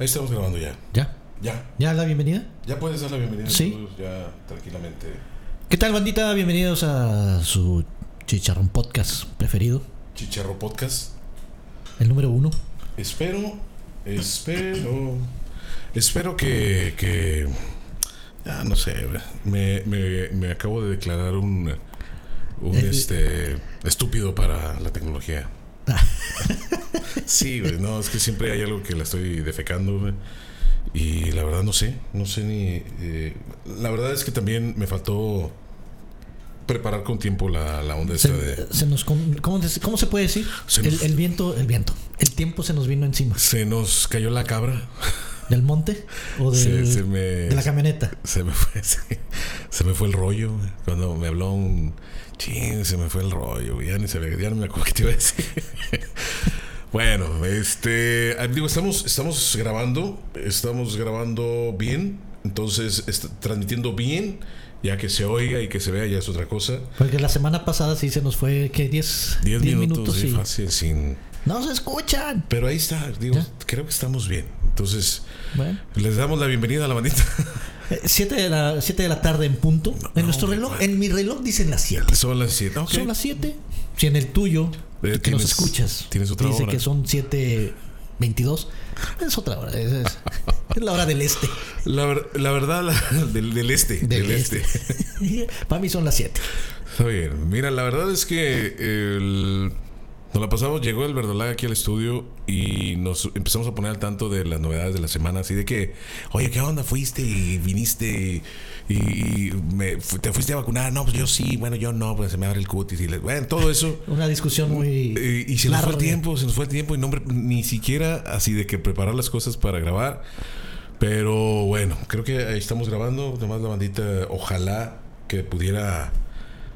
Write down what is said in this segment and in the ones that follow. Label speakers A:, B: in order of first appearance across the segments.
A: estamos grabando ya.
B: ¿Ya?
A: Ya.
B: ¿Ya la bienvenida?
A: Ya puedes dar la bienvenida.
B: Sí.
A: Jesús, Ya tranquilamente.
B: ¿Qué tal, bandita? Bienvenidos a su chicharrón podcast preferido,
A: Chicharro Podcast.
B: el número uno.
A: Espero, espero, espero que, que ah, no sé, me, me, me acabo de declarar un, un
B: El-
A: este, estúpido para la tecnología. sí, güey, no, es que siempre hay algo que la estoy defecando, güey. Y la verdad no sé, no sé ni... eh, la verdad es que también me faltó preparar con tiempo la, la onda esta de...
B: Se, se nos com- ¿cómo, des- cómo se puede decir?
A: Se
B: el,
A: nos-
B: el viento, el viento. El tiempo se nos vino encima.
A: Se nos cayó la cabra.
B: ¿Del monte? ¿O
A: Se,
B: del-
A: se me...
B: de la camioneta?
A: Se me fue, sí. se me fue el rollo. güey. Cuando me habló un chin, se me fue el rollo. güey. Ya ni se me, ya no me acuerdo qué te iba a decir. bueno, este, ah, digo, estamos, estamos grabando, estamos grabando bien, entonces est- transmitiendo bien, ya que se oiga y que se vea ya es otra cosa.
B: Porque la semana pasada sí se nos fue, ¿qué? 10
A: 10
B: diez
A: minutos, sí,
B: sí.
A: fácil, sin.
B: ¡No se escuchan!
A: Pero ahí está, digo,
B: Ya.
A: creo que estamos bien. Entonces,
B: Bueno,
A: les damos la bienvenida a la bandita.
B: 7 de, la, siete de la tarde en punto.
A: no,
B: en nuestro
A: hombre,
B: reloj,
A: bueno.
B: en mi reloj dicen las 7.
A: Son las 7.
B: Son las 7. Si en el tuyo,
A: Eh,
B: que
A: tienes-
B: nos escuchas,
A: tienes otra
B: dice
A: hora.
B: que son 7.22, es otra hora. Es, es- es la hora del este.
A: La, ver- la verdad, la- del, del este. Del,
B: Del
A: este.
B: Para mí son las 7.
A: Está bien. Mira, la verdad es que el- nos la pasamos. Llegó el verdolaga aquí al estudio y nos empezamos a poner al tanto de las novedades de la semana. Así de que, oye, ¿qué onda? Fuiste y viniste y, y me- fu- te fuiste a vacunar. No, pues yo sí. Bueno, yo no, pues se me abre el cutis. Y le- bueno, todo eso.
B: Una discusión muy.
A: Eh, y se nos fue el
B: larga.
A: tiempo, se nos fue el tiempo y no, hombre, ni siquiera así de que preparar las cosas para grabar. Pero bueno, creo que ahí estamos grabando. Además, la bandita, ojalá que pudiera.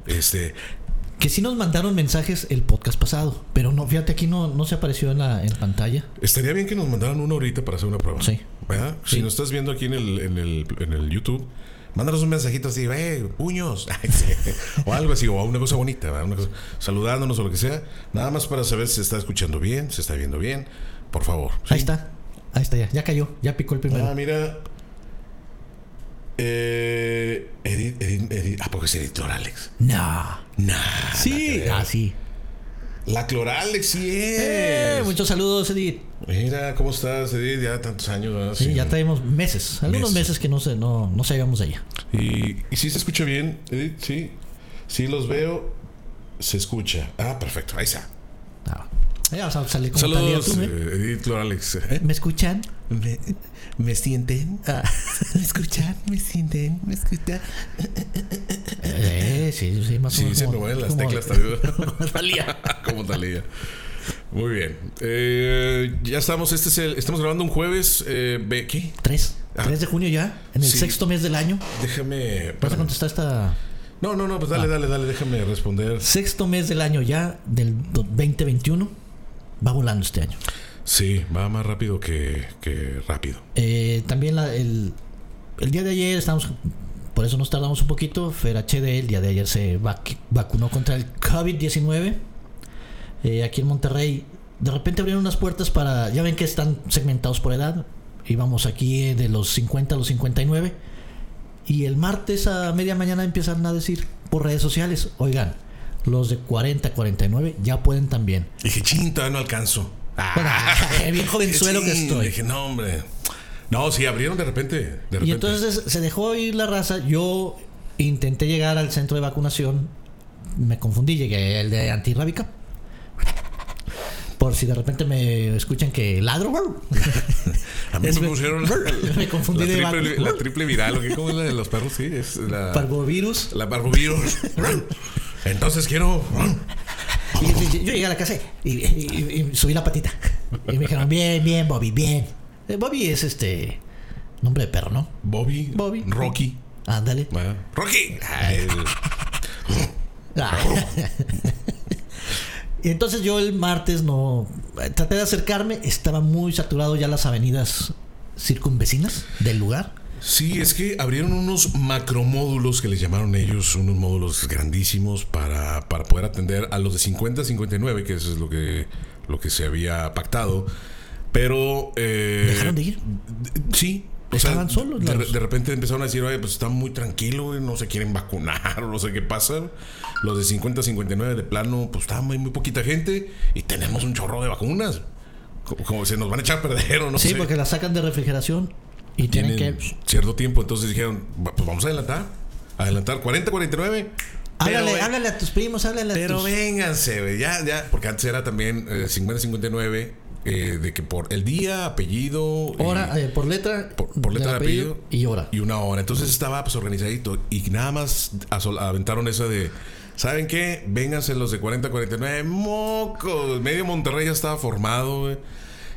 A: Este.
B: Que sí nos mandaron mensajes el podcast pasado, pero no, fíjate, aquí no, no se apareció en, la, en pantalla.
A: Estaría bien que nos mandaran una ahorita para hacer una prueba.
B: Sí.
A: ¿Verdad?
B: Sí.
A: Si nos estás viendo aquí en el, en el, en el YouTube, mándanos un mensajito así, ¡eh, puños! Ay, sí. o algo así, o una cosa bonita, ¿verdad? Una cosa- saludándonos o lo que sea. Nada más para saber si se está escuchando bien, se está viendo bien. Por favor. ¿sí?
B: Ahí está. Ahí está ya. Ya cayó. Ya picó el primero.
A: Ah, mira. Eh, edit, edit, edit. Ah, porque es editor, Alex.
B: no.
A: Nah.
B: Sí.
A: Ah, nada
B: Ah,
A: que
B: sí.
A: ver. La Cloralex, sí es.
B: Eh, muchos saludos, Edith.
A: Mira, ¿cómo estás, Edith? Ya tantos años. ¿verdad?
B: Sí,
A: Sí.
B: ya traemos meses, algunos
A: Meses.
B: meses, que no, se, no, no salíamos de allá.
A: Y, y sí se escucha bien, Edith, sí. Sí los veo. Se escucha. Ah, perfecto. Ahí está.
B: Ah, ya vas a salir como
A: Saludos,
B: Talía, tú, ¿eh?
A: eh, Edith Cloralex.
B: ¿Me escuchan?
A: ¿Me, sienten?
B: Ah,
A: ¿Me escuchan? ¿Me sienten? ¿Me escuchan?
B: eh, sí, sí, más o
A: Sí,
B: menos.
A: se me
B: como-
A: mueven las
B: como-
A: teclas también. Ah,
B: como Talía.
A: Como Talía. Muy bien. Eh, ya estamos. Este es el- estamos grabando un jueves. Eh, ve- ¿Qué?
B: Tres,
A: Ah.
B: 3 de junio ya, en el
A: Sí.
B: sexto mes del año.
A: Déjame.
B: ¿Vas a contestar esta?
A: No, no, no. Pues
B: Ah.
A: dale, dale, dale. Déjame responder.
B: Sexto mes del año ya, del do- 2021. Va volando este año.
A: Sí, va más rápido que, que rápido.
B: Eh, también la- el, el día de ayer estamos. Por eso nos tardamos un poquito. Fer HD el día de ayer se vac- vacunó contra el COVID-19. Eh, aquí en Monterrey. De repente abrieron unas puertas para. Ya ven que están segmentados por edad. Íbamos aquí eh, de los 50 a los 59. Y el martes a media mañana empiezan a decir por redes sociales: Oigan, los de 40 a 49 ya pueden también.
A: Dije, chinta, no alcanzo. Ah,
B: Bueno, qué bien jovenzuelo que
A: Chin,
B: estoy.
A: Eh, Dije, no, hombre. No, sí, abrieron de repente. De repente.
B: Y entonces se dejó ir la raza. Yo intenté llegar al centro de vacunación. Me confundí, llegué el de antirrábica. Por si de repente me escuchan que ladro.
A: A mí
B: es
A: me
B: ve-
A: pusieron la,
B: me confundí
A: la
B: de
A: triple,
B: vacu-
A: la triple viral. ¿o qué? ¿Cómo es la de los perros? Sí, es la.
B: Parvovirus.
A: La parvovirus. Entonces quiero.
B: Y yo, yo llegué a la casa y, y- y- y subí la patita. Y me dijeron, bien, bien, Bobby, bien. Eh, Bobby es este nombre de perro, ¿no?
A: Bobby.
B: Bobby.
A: Rocky.
B: Ándale.
A: Ah, Rocky. Ah, el-
B: Ah. Y entonces yo el martes no traté de acercarme, estaba muy saturado ya las avenidas circunvecinas del lugar.
A: Sí, es que abrieron unos macromódulos que les llamaron ellos, unos módulos grandísimos para, para poder atender a los de 50 a 59, que eso es lo que, lo que se había pactado. Pero. eh,
B: ¿Dejaron de ir?
A: Sí. O
B: Estaban solos
A: De,
B: los-
A: de repente empezaron a decir, oye, pues están muy tranquilos, güey, no se quieren vacunar, no sé qué pasa. Los de 50-59 de plano, pues está muy, muy poquita gente y tenemos un chorro de vacunas. Co- Como se nos van a echar a perder o no
B: Sí,
A: sé.
B: porque las sacan de refrigeración y tienen,
A: Tienen
B: que.
A: cierto tiempo, entonces dijeron, "Va- pues vamos a adelantar. Adelantar 40-49.
B: Háblale,
A: pero, eh,
B: háblale a tus primos, háblale a
A: pero
B: tus.
A: vénganse, güey, ya, ya, porque antes era también eh, 50-59, eh, de que por el día, apellido.
B: Hora, eh, por letra.
A: por, por
B: del
A: letra de apellido,
B: Y hora.
A: Y una hora. Entonces estaba pues, organizadito y nada más aso- aventaron esa de. ¿Saben qué? Vénganse los de 40 49. ¡Mocos! Medio Monterrey ya estaba formado, güey.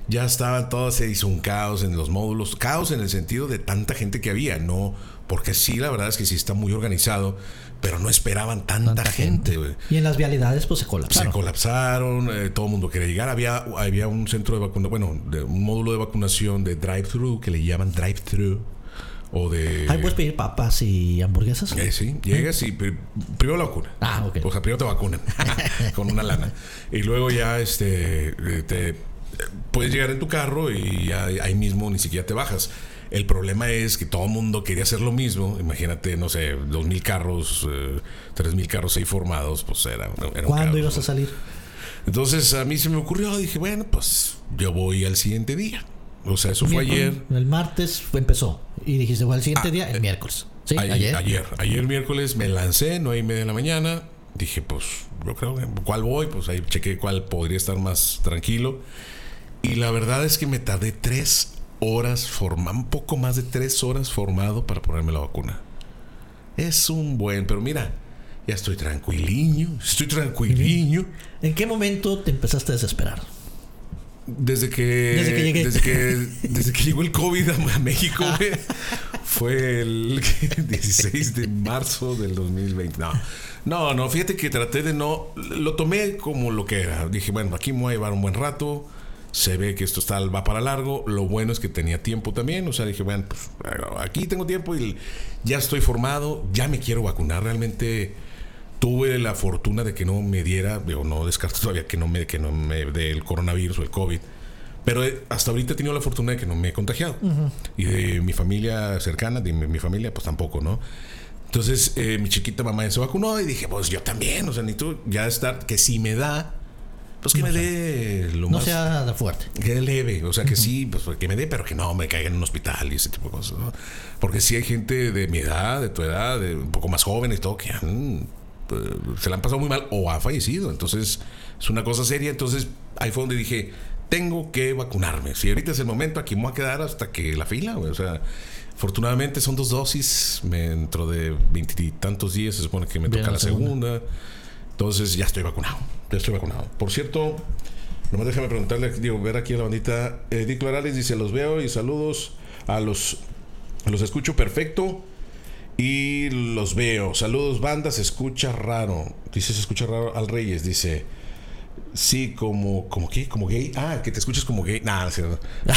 A: Ya estaban todos, se hizo un caos en los módulos. Caos en el sentido de tanta gente que había, ¿no? Porque sí, la verdad es que sí está muy organizado, pero no esperaban tanta,
B: Tanta
A: gente, güey.
B: Y en las vialidades, pues se
A: Se
B: colapsaron.
A: colapsaron, eh, todo el mundo quería llegar. Había, había un centro de vacunación, bueno, de- un módulo de vacunación de drive-thru que le llaman drive-thru o de.
B: Ahí puedes pedir papas y hamburguesas.
A: Eh, sí, llegas y pri- primero la vacuna.
B: Ah, ok.
A: O sea, primero te vacunan con una lana. Y luego ya este eh, te eh, puedes llegar en tu carro y ya ahí mismo ni siquiera te bajas. El problema es que todo el mundo quería hacer lo mismo. Imagínate, no sé, dos mil carros, eh, tres mil carros ahí formados, pues era, era un
B: ¿Cuándo
A: caos,
B: ibas
A: ¿no?
B: a salir?
A: Entonces a mí se me ocurrió, dije, bueno, pues yo voy al siguiente día. O sea, eso fue ayer.
B: El martes fue- empezó. Y dijiste, fue el siguiente
A: Ah,
B: día, el
A: eh,
B: miércoles. Sí,
A: Ay-
B: ayer.
A: ayer. Ayer miércoles me lancé, no hay media de la mañana. Dije, pues yo creo que cuál voy, pues ahí chequé cuál podría estar más tranquilo. Y la verdad es que me tardé tres horas formado, un poco más de tres horas formado para ponerme la vacuna. Es un buen, pero mira, ya estoy tranquiliño, estoy tranquiliño.
B: ¿En qué momento te empezaste a desesperar?
A: Desde que.
B: Desde que llegué. Ah.
A: Desde que, desde que llegó el COVID a a México, güey. Fue el 16 de marzo del 2020. No, no, no, fíjate que traté de no. Lo tomé como lo que era. Dije, bueno, aquí me voy a llevar un buen rato. Se ve que esto está, va para largo. Lo bueno es que tenía tiempo también. O sea, dije, bueno, pues aquí tengo tiempo y ya estoy formado. Ya me quiero vacunar. Realmente tuve la fortuna de que no me diera, o no descarto todavía que no me, que no me dé el coronavirus o el COVID. Pero eh, hasta ahorita he tenido la fortuna de que no me he contagiado. Y de mi familia cercana, de mi, mi familia, pues tampoco, ¿no? Entonces, eh, mi chiquita mamá ya se vacunó y dije, pues yo también, o sea, ni tú, ya estar, que si me da, pues que me dé lo
B: No
A: más.
B: sea tan fuerte.
A: Que dé leve, o sea que sí, pues que me dé, pero que no me caiga en un hospital y ese tipo de cosas, ¿no? Porque sí hay gente de mi edad, de tu edad, de un poco más jóvenes y todo, que han, eh, se la han pasado muy mal o ha fallecido. Entonces, es una cosa seria. Entonces, ahí fue donde dije, tengo que vacunarme. Si ahorita es el momento, aquí me voy a quedar hasta que la fila, güey. O sea, afortunadamente son dos dosis. Me, dentro de veintitantos días se supone que me
B: Viene
A: toca
B: la
A: la segunda. Entonces, ya estoy vacunado. Ya estoy vacunado. Por cierto, Nomás déjame preguntarle, digo, ver aquí a la bandita. Eh, Dick Lorales dice, los veo y saludos a los... Los escucho perfecto y los veo. Saludos, banda, se escucha raro. Dice, se escucha raro al Reyes, dice... Sí, como, como qué, como gay. Ah, que te escuchas como gay. Nah, no es cierto.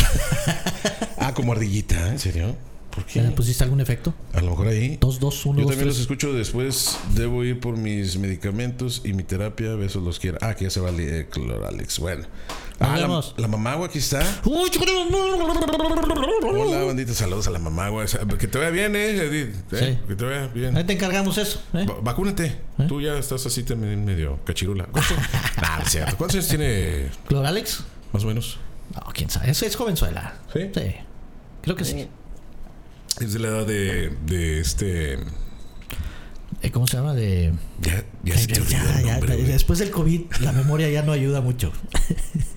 A: ah, como ardillita, ¿en serio? ¿Por
B: ¿Le
A: qué?
B: pusiste algún efecto?
A: A lo mejor ahí.
B: 2, 2, 1,
A: Yo
B: 2,
A: también los
B: 3.
A: escucho después. Debo ir por mis medicamentos y mi terapia. Besos los quiero. Ah, que ya se va eh, Cloralex. Bueno. Ah, la,
B: vemos.
A: la mamagua aquí está.
B: ¡Uy, chico!
A: Hola, bandita. Saludos a la mamagua. Esa- Que te vea bien, eh, Edith. Eh,
B: Sí.
A: Que te vea
B: Ahí
A: bien.
B: te encargamos eso. ¿eh?
A: Va- vacúnate. Tú ya estás así también medio cachirula. ¿Cuántos, Nah, no es cierto. ¿Cuántos años tiene
B: ¿Cloralex?
A: más o menos?
B: No, quién sabe. Es, es jovenzuela.
A: ¿Sí?
B: Creo que sí.
A: Es de la edad de, de este.
B: Eh, ¿Cómo se llama? De.
A: Ya, ya se te
B: Ya,
A: olvidó el
B: ya,
A: nombre, güey.
B: después del COVID, la memoria ya no ayuda mucho.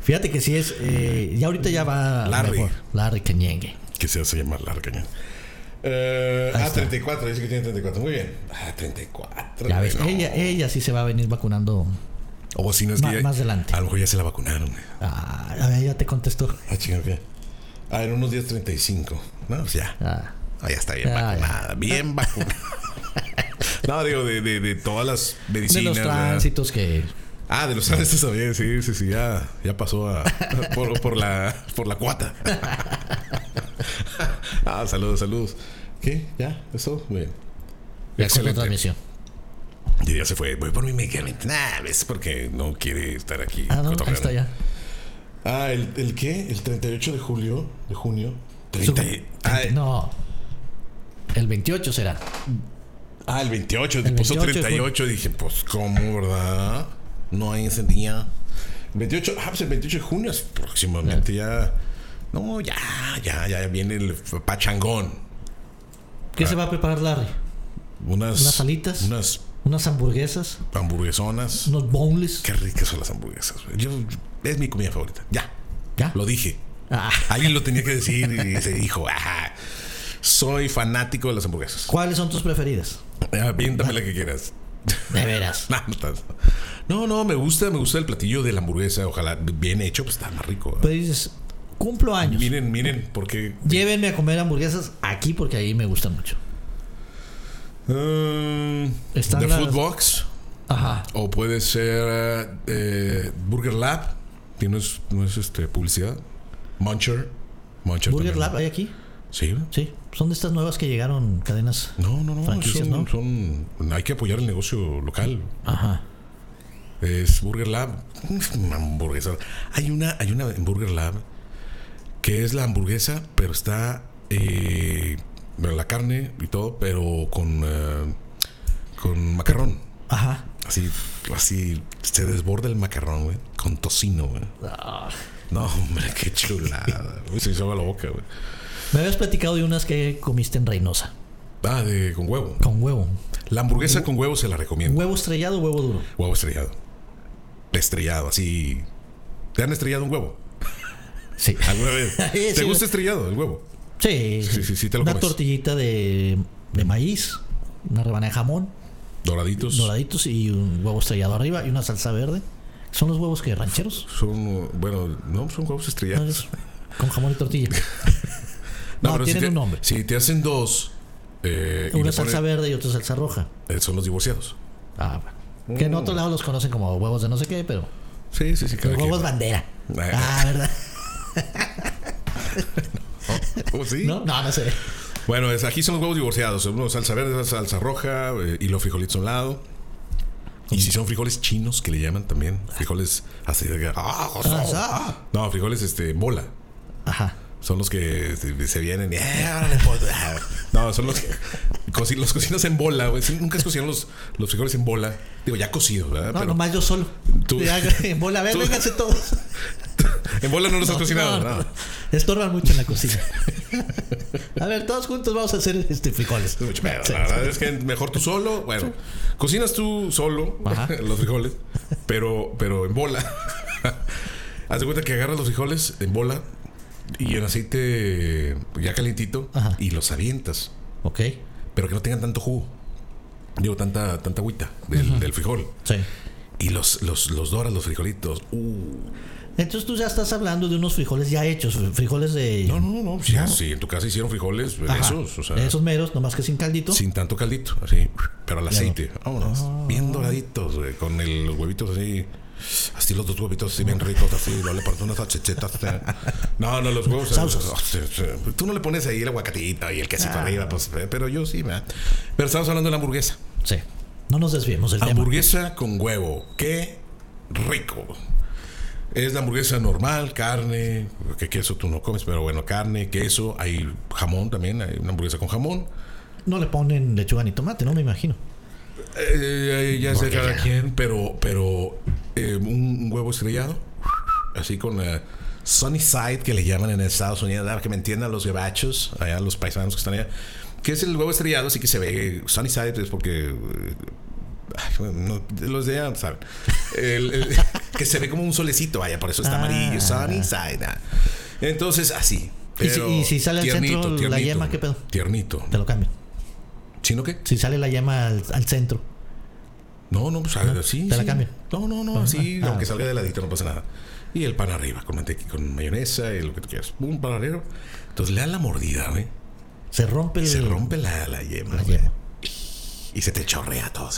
B: Fíjate que sí es. eh, ya ahorita ya va.
A: Larry.
B: Larry que ñengue.
A: que se hace llamar larga cañón. Eh,
B: Ahí
A: ah,
B: está.
A: 34, dice que tiene 34. Muy bien. Ah, 34.
B: Ya ves,
A: güey, no.
B: ella, ella sí se va a venir vacunando.
A: O oh, si no es que
B: Ma-
A: ya-
B: más adelante.
A: A lo mejor ya se la vacunaron. güey.
B: Ah, a ver, ya te contestó.
A: Ah, chingada, ¿qué? Ah, en unos días 35. No, pues ya.
B: Ah,
A: Ah, ya está bien
B: Ah, ya.
A: vacunada. Bien vacunada. no, digo, de, de, de todas las
B: de
A: medicinas.
B: los
A: ¿verdad?
B: tránsitos que.
A: Ah, de los tránsitos también. Sí, sí, sí. Ya, ya pasó a, por, por la, por la cuata. ah, saludos, saludos. ¿Qué? ¿Ya? ¿Eso? Muy bien.
B: Ya con la
A: Excelente.
B: transmisión.
A: Y ya se fue. Voy por mi medicamento. Nah, es porque no quiere estar aquí.
B: Ah, no, ahí
A: cotorreando.
B: está ya.
A: Ah, ¿el, el qué? ¿El 38 de julio? ¿De junio? 30 y- ah, eh,
B: No. El 28 será.
A: ah, el 28.
B: El
A: puso
B: 28 de
A: 38. Dije, pues, ¿cómo, verdad? No hay ese día. 28. Ah, pues el 28 de junio es próximamente ya. No, ya, ya, ya viene el pachangón.
B: ¿Qué
A: Ah.
B: se va a preparar Larry?
A: Unas,
B: Unas alitas. Mm.
A: Unas
B: Unas hamburguesas,
A: hamburguesonas.
B: unos boneless.
A: Qué ricas son las hamburguesas. güey. Yo, es mi comida favorita. Ya,
B: ¿Ya?
A: lo dije.
B: Ah,
A: Alguien lo tenía que decir y se dijo, "Ah, soy fanático de las hamburguesas.
B: ¿Cuáles son tus preferidas?
A: Ah, Píntame la que quieras.
B: De veras.
A: No, no estás- no, no, me gusta, me gusta el platillo de la hamburguesa. Ojalá bien hecho, pues está más rico.
B: Pues dices, cumplo años.
A: Miren, miren, porque
B: Llévenme a comer hamburguesas aquí porque ahí me gustan mucho.
A: um,
B: Están
A: The
B: las-
A: Food Box
B: Ajá.
A: o puede ser eh, Burger Lab, que no es, no es este, publicidad. Muncher. Muncher
B: ¿Burger
A: también.
B: Lab hay aquí?
A: Sí.
B: Sí. Son de estas nuevas que llegaron cadenas.
A: No, no, no.
B: Franquicias,
A: Son,
B: ¿no?
A: son- hay que apoyar el negocio local.
B: Ajá.
A: Es Burger Lab. Es una hamburguesa. Hay una, hay una en Burger Lab que es la hamburguesa, pero está eh, bueno, la carne y todo, pero con, eh, con macarrón.
B: Ajá.
A: Así, así se desborda el macarrón, güey. Con tocino, güey.
B: Ah.
A: No, hombre, qué chulada. Uy, se me hizo agua la boca, güey.
B: Me habías platicado de unas que comiste en Reynosa.
A: Ah, de, con huevo.
B: Con huevo.
A: La hamburguesa con huevo se la recomiendo.
B: ¿Huevo estrellado o huevo duro?
A: Huevo estrellado. Estrellado, así. ¿Te han estrellado un huevo?
B: Sí.
A: ¿Alguna vez?
B: Sí,
A: ¿Te
B: sí.
A: gusta estrellado el huevo?
B: Sí.
A: Sí, sí, sí, te lo
B: Una
A: comes.
B: tortillita de, de maíz, una rebanada de jamón,
A: Doraditos.
B: doraditos y un huevo estrellado arriba y una salsa verde. ¿Son los huevos que rancheros?
A: Son, bueno, no, son huevos
B: ¿No
A: estrellados.
B: es? Con jamón y tortilla. No,
A: pero
B: tienen
A: si te-
B: un nombre.
A: Si te hacen dos, eh, y
B: Una
A: le ponen-
B: salsa verde y otra salsa roja.
A: eh, son los divorciados.
B: Ah, bueno. Que
A: Mm.
B: en otro lado los conocen como huevos de no sé qué, pero.
A: Sí, sí, sí. cada
B: Los
A: quien.
B: huevos bandera.
A: Ah.
B: Ah, ¿verdad?
A: Oh, sí.
B: ¿No? No, no sé.
A: Bueno, es- aquí son los huevos divorciados. Son unos salsa verde, salsa, salsa roja eh, y los frijolitos a un lado. Y si son frijoles chinos, que le llaman también. Frijoles así de... ah,
B: Ah,
A: No, frijoles este, bola.
B: Ajá.
A: Son los que se, se vienen y... "Eh, órale, pues". No, son los que... coci- los cocinos en bola, güey. Sí, Nunca se cocinan los, los frijoles en bola. Digo, ya cocidos, ¿verdad?
B: No,
A: Pero
B: nomás yo solo.
A: Tú-
B: Ya, en bola, a ver,
A: tú-
B: vénganse todos.
A: En bola no los has cocinado,
B: No,
A: ¿no?
B: no. Estorban mucho en la cocina. A ver, todos juntos vamos a hacer este frijoles.
A: Es mucho pedo.
B: Sí,
A: La verdad es que mejor tú solo. Bueno, cocinas tú solo
B: Ajá.
A: los frijoles, pero, pero en bola. Haz de cuenta que agarras los frijoles en bola y en aceite ya calientito
B: Ajá.
A: y los avientas,
B: Ok.
A: pero que no tengan tanto jugo. Digo, tanta, tanta agüita del, del frijol.
B: Sí.
A: Y los, los, los doras, los frijolitos. Uh.
B: Entonces tú ya estás hablando de unos frijoles ya hechos, frijoles de.
A: No, no, no. Si, si en tu casa hicieron frijoles, eh,
B: Ajá.
A: esos, o sea,
B: De esos meros, nomás que sin caldito.
A: Sin tanto caldito, así. Pero al aceite. Vámonos. Bien doraditos, güey, Con el- los huevitos así. Así los dos huevitos así bien ricos, así. luego le parto unas salchichetas. eh. No, no, los huevos. eh,
B: Sausas.
A: oh, sí, sí. Tú no le pones ahí el aguacatito y el queso para arriba, pues. eh, Pero yo sí, ¿verdad? Pero estamos hablando de la hamburguesa.
B: Sí. No nos desviemos del tema.
A: Hamburguesa con huevo. Qué rico. Es la hamburguesa normal, carne, que queso tú no comes, pero bueno, carne, queso, hay jamón también, hay una hamburguesa con jamón.
B: No le ponen lechuga ni tomate, no me imagino.
A: Eh, eh, ya sé
B: Porque
A: cada
B: ya.
A: quien, pero, pero eh, un un huevo estrellado, así con eh, sunny side que le llaman en Estados Unidos, ah, que me entiendan los gabachos, allá los paisanos que están allá, que es el huevo estrellado, así que se ve sunny side es porque eh, ay, bueno, no, los de allá saben, El- el- que se ve como un solecito, allá por eso está
B: Ah.
A: amarillo, sunny side, ah. entonces así.
B: ¿Y si-
A: pero
B: y si sale al centro la yema, qué pedo?
A: Tiernito.
B: Te lo cambian.
A: ¿Sino qué?
B: Si sale la llama al, al centro.
A: No, no, pues así.
B: te la
A: sí.
B: cambio.
A: No, no, no, así,
B: Ah,
A: aunque
B: ok.
A: salga de ladito, no pasa nada. Y el pan arriba, con mantequi- con mayonesa y lo que tú quieras. Un pan arriba. Entonces le dan la mordida, güey.
B: Se rompe el.
A: Se rompe la, la yema,
B: la
A: güey.
B: yema.
A: Y se te chorrea todo.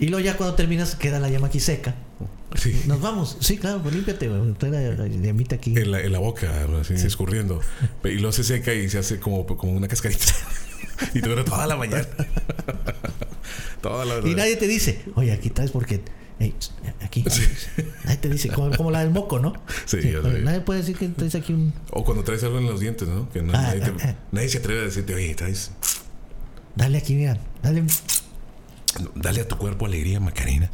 B: Y luego ya cuando terminas queda la llama aquí seca.
A: Sí.
B: Nos vamos. Sí, claro, pues límpiate, güey. Trae la, la llamita aquí.
A: En la, en la boca, así, escurriendo. Y luego se seca y se hace como, como una cascarita. y te dura toda la mañana. toda la
B: Y nadie te dice, oye, aquí traes porque Ey, ch- aquí. Nadie te dice, como, como la del moco, ¿no?
A: Sí, ya
B: oye,
A: sé.
B: Nadie puede decir que traes aquí un.
A: O cuando traes algo en los dientes, ¿no? Que no-
B: Ah,
A: nadie, te-
B: ah, ah.
A: nadie se atreve a decirte, oye, traes.
B: Dale aquí, mira. Dale.
A: Dale a tu cuerpo alegría, Macarena.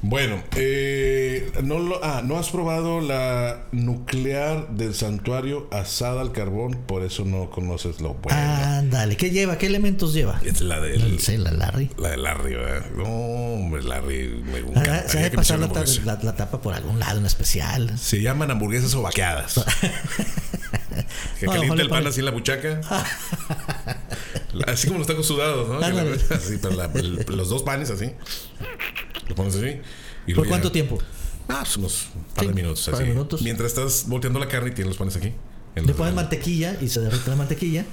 A: Bueno, eh, no, lo- ah, no has probado la nuclear del santuario asada al carbón, por eso no conoces lo bueno.
B: Ándale. ¿Qué lleva? ¿Qué elementos lleva?
A: Es la
B: No
A: del.
B: sé, Ah. la Larry.
A: La del Larry, ¿verdad? No, hombre, Larry, me
B: Ah,
A: encanta.
B: se ha de pasar la, ta- la- la tapa por algún lado en especial.
A: Se llaman hamburguesas o vaqueadas. que
B: No, a lo mejor
A: calienta
B: le
A: el pan
B: pone-
A: así en la buchaca. así como los tacos sudados, ¿no? Que la-
B: Ándale.
A: así, pero la- el- los dos panes así. Lo pones así. y luego
B: ¿Por
A: ya-
B: cuánto tiempo?
A: Ah, pues unos par
B: Sí,
A: de minutos.
B: par de
A: así.
B: minutos.
A: Mientras estás volteando la carne y tienes los panes aquí. En
B: Le
A: los-
B: pones mantequilla y se derrite la mantequilla.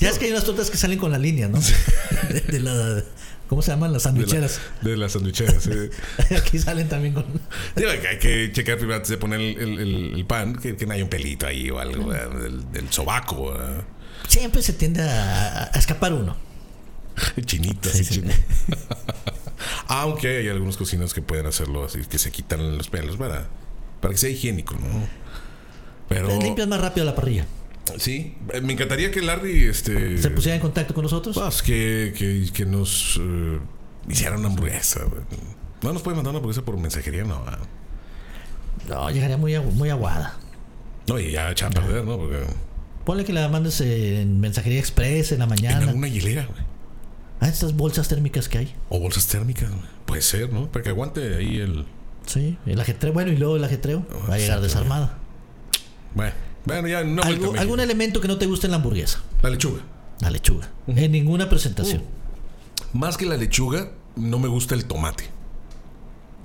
B: ya es que hay unas tortas que salen con la línea, ¿no? De, de la, ¿Cómo se llaman? Las
A: de la-
B: sandwicheras.
A: De las sandwicheras. sí.
B: Aquí salen también con.
A: Digo, que hay que checar primero antes de poner el, el- el- el pan, que, que no haya un pelito ahí o algo ¿verdad? del, del sobaco. ¿verdad?
B: Siempre se tiende a, a escapar uno.
A: Chinito,
B: Sí,
A: así
B: sí.
A: chino. Aunque hay algunos cocineros que pueden hacerlo así, que se quitan los pelos para, para que sea higiénico, ¿no? Pero
B: Limpias más rápido la parrilla.
A: sí, eh, me encantaría que Larry este
B: Se pusiera en contacto con nosotros.
A: pues, que, que, que nos eh, hiciera una hamburguesa. güey. No nos puede mandar una hamburguesa por mensajería, no. ah.
B: No, llegaría muy, agu- muy aguada.
A: No, y ya echa a perder, ¿no? Porque
B: Ponle que la mandes en mensajería express en la
A: en
B: mañana.
A: alguna hilera, güey.
B: Ah, estas bolsas térmicas que hay.
A: O bolsas térmicas, güey. puede ser, ¿no? Para que aguante ahí el.
B: Sí, el ajetreo. Bueno, y luego el ajetreo va a llegar desarmada.
A: Bueno, bueno ya no.
B: Algo- algún elemento que no te guste en la hamburguesa.
A: La lechuga.
B: La lechuga. En ninguna presentación.
A: Uh. Más que la lechuga, no me gusta el tomate.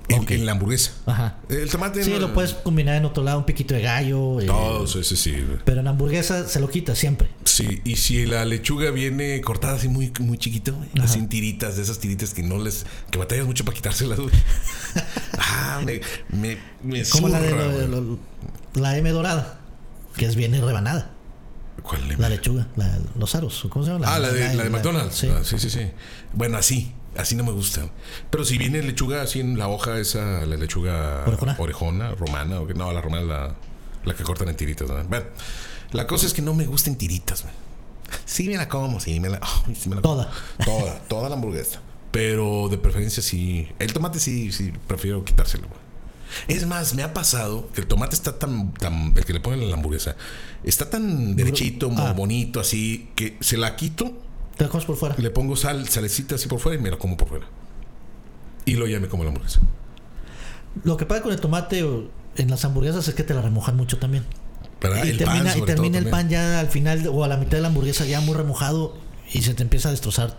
A: En,
B: Ok.
A: en la hamburguesa.
B: Ajá.
A: El tomate.
B: Sí,
A: no-
B: lo puedes combinar en otro lado, un piquito de gallo. eh,
A: Todo, sí, sí, sí.
B: Pero en la hamburguesa se lo quita siempre.
A: Sí, y si la lechuga viene cortada así muy, muy chiquito, güey, así en tiritas, de esas tiritas que no les. que batallas mucho para quitárselas, güey. ah, me. me, me
B: Como la de
A: zurra,
B: lo-
A: güey.
B: lo- la M dorada, que es bien rebanada.
A: ¿Cuál le-
B: La lechuga, la- los aros, ¿cómo se llama?
A: Ah, la de, la de McDonald's.
B: sí.
A: Ah, sí, sí, sí. Bueno, así. Así no me gusta. Pero si viene lechuga así en la hoja esa, la lechuga
B: Orejona.
A: romana, o que no, la romana la, la que cortan en tiritas. ¿no? Bueno, la cosa es que no me gustan tiritas. güey. Sí me la como, sí me la, ay, sí me la como.
B: Toda.
A: Toda, toda la hamburguesa. Pero de preferencia sí. El tomate sí, sí, prefiero quitárselo. güey. Es más, me ha pasado que el tomate está tan, tan el que le ponen a la hamburguesa, está tan derechito, mo-
B: Ah.
A: bonito, así, que se la quito
B: Te la comes por fuera.
A: le pongo sal, salecita así por fuera y me lo como por fuera. Y luego ya me como la hamburguesa.
B: Lo que pasa con el tomate o, en las hamburguesas es que te la remojan mucho también.
A: ¿Verdad?
B: y
A: Ah, El pan,
B: termina, y
A: sobre todo,
B: termina el
A: también.
B: pan ya al final o a la mitad de la hamburguesa ya muy remojado y se te empieza a destrozar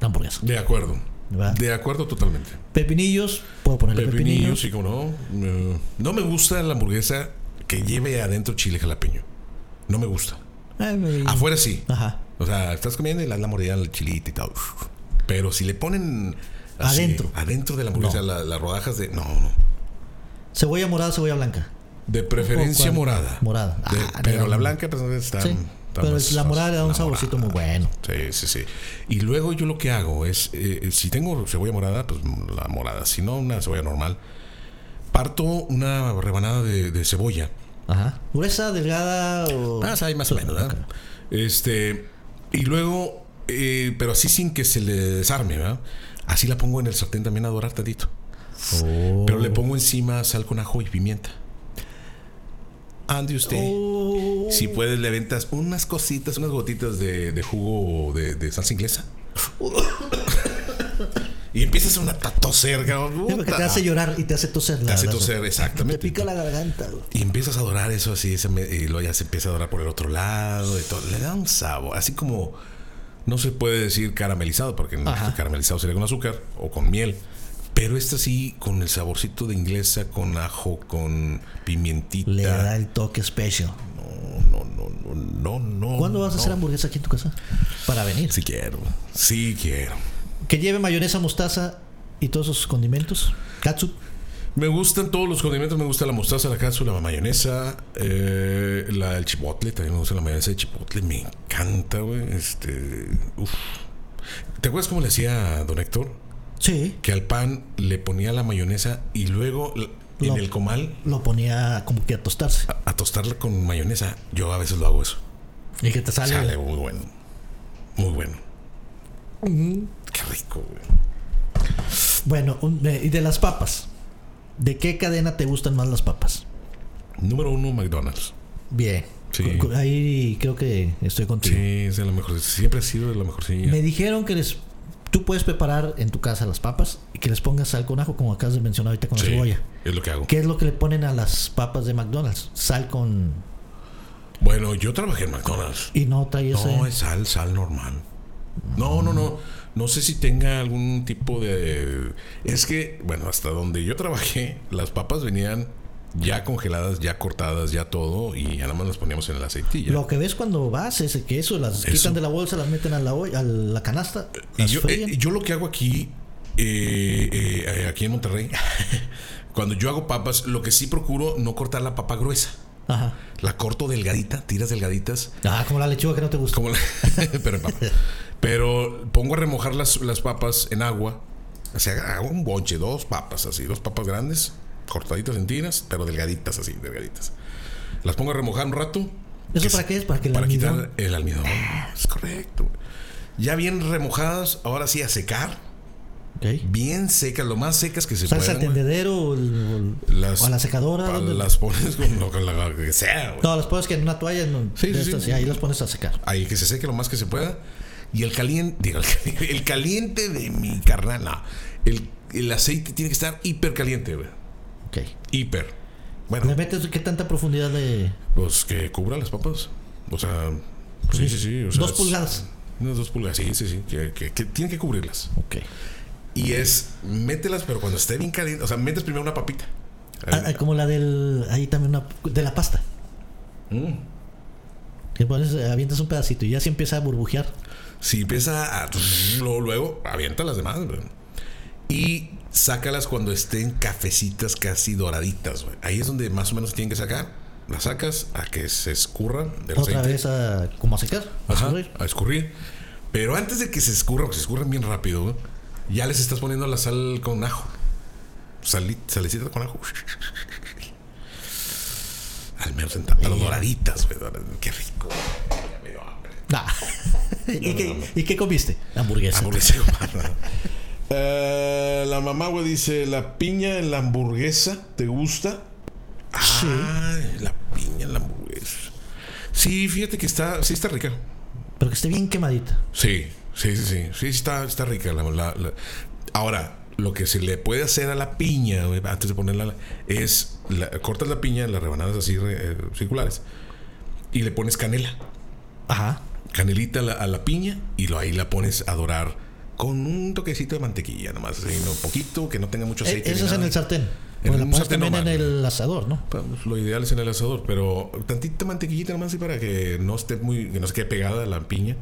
B: la hamburguesa.
A: De acuerdo.
B: ¿verdad?
A: De acuerdo totalmente.
B: Pepinillos, puedo ponerle
A: Pepinillos,
B: pepinillos.
A: sí, como no. Eh, No me gusta la hamburguesa que lleve adentro chile jalapeño. No me gusta.
B: Ay, me-
A: Afuera sí.
B: Ajá.
A: O sea, estás comiendo y la, la mordida al chilito y tal. Uf. Pero si le ponen así,
B: Adentro.
A: adentro de la hamburguesa
B: No.
A: la- las rodajas de. No, no.
B: Cebolla morada, cebolla blanca.
A: De preferencia
B: ¿Cuál?
A: morada.
B: Morada.
A: De-
B: Ah,
A: pero
B: no.
A: la blanca pues, está.
B: Sí,
A: está
B: pero
A: más-
B: la morada
A: más-
B: le da un
A: la
B: saborcito
A: morada.
B: muy bueno.
A: Sí, sí, sí. Y luego yo lo que hago es, eh, si tengo cebolla morada, pues la morada, si no, una cebolla normal. Parto una rebanada de, de cebolla.
B: Ajá. Gruesa, delgada o.
A: Ah, o sea, hay más o menos, ¿verdad? Este, y luego, eh, pero así sin que se le desarme, ¿verdad? Así la pongo en el sartén también a dorar tantito.
B: Oh.
A: Pero le pongo encima sal con ajo y pimienta. Ande usted.
B: Oh.
A: Si puedes, le ventas unas cositas, unas gotitas de, de jugo de, de salsa inglesa. y empiezas una a toser, cabrón.
B: Sí, porque te
A: Puta.
B: hace llorar y te hace toser.
A: Te
B: la
A: hace
B: verdad.
A: toser,
B: Te
A: exactamente.
B: pica la garganta. güey.
A: Y empiezas a adorar eso así, ese me- y luego ya se empieza a adorar por el otro lado y todo. Le da un sabor, así como no se puede decir caramelizado, porque no-
B: Ajá.
A: caramelizado sería con azúcar o con miel. Pero esta sí, con el saborcito de inglesa, con ajo, con pimientita.
B: Le da el toque especial.
A: No, no, no, no, no.
B: ¿Cuándo vas a
A: Oh, no.
B: hacer hamburguesa aquí en tu casa? Para venir.
A: Sí quiero. Sí quiero.
B: Que lleve mayonesa, mostaza y todos esos condimentos. Katsu.
A: Me gustan todos los condimentos. Me gusta la mostaza, la cápsula, la mayonesa, eh, la, el chipotle. También me gusta la mayonesa de chipotle. Me encanta, güey. Este. uf. ¿Te acuerdas cómo le hacía a don Héctor?
B: Sí,
A: que al pan le ponía la mayonesa y luego l- en
B: Lo-
A: el comal
B: lo ponía como que a tostarse.
A: a, a tostarla con mayonesa. Yo a veces lo hago eso.
B: Y que te sale.
A: Sale muy bueno. Muy bueno. Qué rico, güey.
B: Bueno, un- eh, y de las papas. ¿De qué cadena te gustan más las papas?
A: Número uno, McDonald's.
B: Bien.
A: Sí.
B: Cu- cu- Ahí creo que estoy
A: Sí,
B: contigo.
A: es de la mejor. Siempre ha sido de la mejor silla.
B: Me dijeron que les, tú puedes preparar en tu casa las papas y que les pongas sal con ajo, como acabas de mencionar ahorita con
A: Sí,
B: la cebolla.
A: es lo que hago.
B: ¿Qué es lo que le ponen a las papas de McDonald's? Sal con.
A: Bueno, yo trabajé en McDonald's.
B: Y no trae ese.
A: No, es sal, sal normal. No, no, no. No sé si tenga algún tipo de... Es que, bueno, hasta donde yo trabajé, las papas venían ya congeladas, ya cortadas, ya todo, y ya nada más las poníamos en el aceitilla.
B: Lo que ves cuando vas es que eso, las
A: Eso.
B: quitan de la bolsa, las meten a la, hoy- a la canasta,
A: Y
B: las
A: yo,
B: fríen.
A: eh, yo lo que hago aquí, eh, eh, eh, aquí en Monterrey, cuando yo hago papas, lo que sí procuro no cortar la papa gruesa.
B: Ajá.
A: La corto delgadita, tiras delgaditas,
B: Ah, como la lechuga que no te gusta.
A: como la- pero en papa. Pero pongo a remojar las, las papas en agua. O sea, hago un bonche, dos papas así, dos papas grandes, cortaditas en tiras, pero delgaditas así, delgaditas. Las pongo a remojar un rato.
B: ¿Eso
A: Que
B: para
A: se-
B: qué es? Para que el
A: Para quitar
B: almidón- Ah.
A: el almidón. Es correcto. Ya bien remojadas, ahora sí a secar.
B: Ok.
A: bien secas, lo más secas que se
B: ¿Salsa al
A: puedan. Pues güey.
B: tendedero o, el- o el-
A: Las-
B: o a la secadora?
A: Pa-
B: ¿dónde?
A: Las pones con lo, con la- que sea, güey.
B: No, las pones que en una toalla en un-
A: Sí,
B: de
A: sí,
B: estas,
A: sí.
B: y ahí las pones a secar.
A: Ahí que se seque lo más que se pueda. Y el caliente, digo, el caliente, el caliente de mi carnal, no. El, el aceite tiene que estar hiper caliente, güey.
B: Ok.
A: Hiper.
B: ¿Le
A: Bueno,
B: metes qué tanta profundidad de...?
A: pues que cubra las papas. O sea, sí, sí, sí. o sea,
B: dos
A: es-
B: pulgadas.
A: Unas dos pulgadas, sí, sí, sí. Que, que- que tiene que cubrirlas.
B: Ok.
A: Y es, mételas, pero cuando esté bien caliente, o sea, metes primero una papita.
B: Ah, ah, como la del... Ahí también una... De la pasta.
A: Mm.
B: Que pones, eh, avientas un pedacito y ya se empieza a burbujear.
A: Si empieza a. Luego, luego, avienta las demás, güey. Y sácalas cuando estén cafecitas casi doraditas, güey. Ahí es donde más o menos tienen que sacar. Las sacas a que se escurran del
B: Otra
A: aceite.
B: vez a... Como a secar. a
A: Ajá,
B: escurrir.
A: a escurrir. Pero antes de que se escurra, porque se escurren bien rápido, güey, ya les estás poniendo la sal con ajo. Sali- salecita con ajo. Al menos en tanto, doraditas, güey. Qué rico. Ya me dio hambre.
B: Nah. ¿Y, qué, ¿Y qué comiste? Hamburguesa.
A: Hamburguesa con barra. Eh, la mamá, güey, dice: ¿La piña en la hamburguesa te gusta? Ay, la piña en la hamburguesa. Sí, fíjate que está, sí está rica.
B: Pero que esté bien quemadita.
A: Sí, sí, sí, sí. Sí, está, está rica. La, la- la- Ahora, lo que se le puede hacer a la piña, güey, antes de ponerla, es la- cortas la piña en las rebanadas así re- eh, circulares y le pones canela
B: Ajá.
A: canelita a la, a la piña y lo, ahí la pones a dorar con un toquecito de mantequilla, nomás así, un poquito, que no tenga mucho
B: Eh,
A: aceite. ni
B: Eso es en
A: nada.
B: el sartén.
A: En
B: Pues la
A: un
B: pones
A: sartén
B: también en
A: normal.
B: el asador, ¿no?
A: Pa- pues, Lo ideal es en el asador, pero tantita mantequillita nomás y para que no esté muy, que no se quede pegada la piña,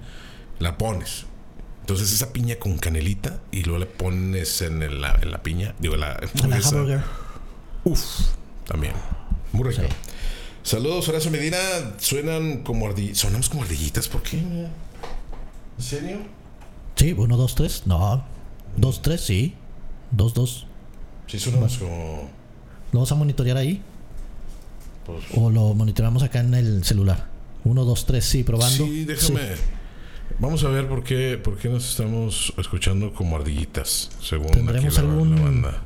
A: la pones. Entonces esa piña con canelita y luego la pones en, el- la, en la piña, digo, en la,
B: A la
A: hamburguesa.
B: hamburger.
A: Uf, también. Muy rico. Saludos, Horacio Medina. Suenan como ardillitas. Sonamos como ardillitas, ¿por qué? ¿En serio?
B: Sí, uno, dos, tres. No. Dos, tres, sí. Dos, dos.
A: Sí, sonamos como.
B: ¿Lo vamos a monitorear ahí?
A: Pues-
B: ¿O lo monitoreamos acá en el celular? Uno, dos, tres, sí, probando.
A: Sí, déjame. Vamos a ver por qué, por qué nos estamos escuchando como ardillitas, según
B: ¿Tendremos
A: aquí la,
B: algún-
A: la banda.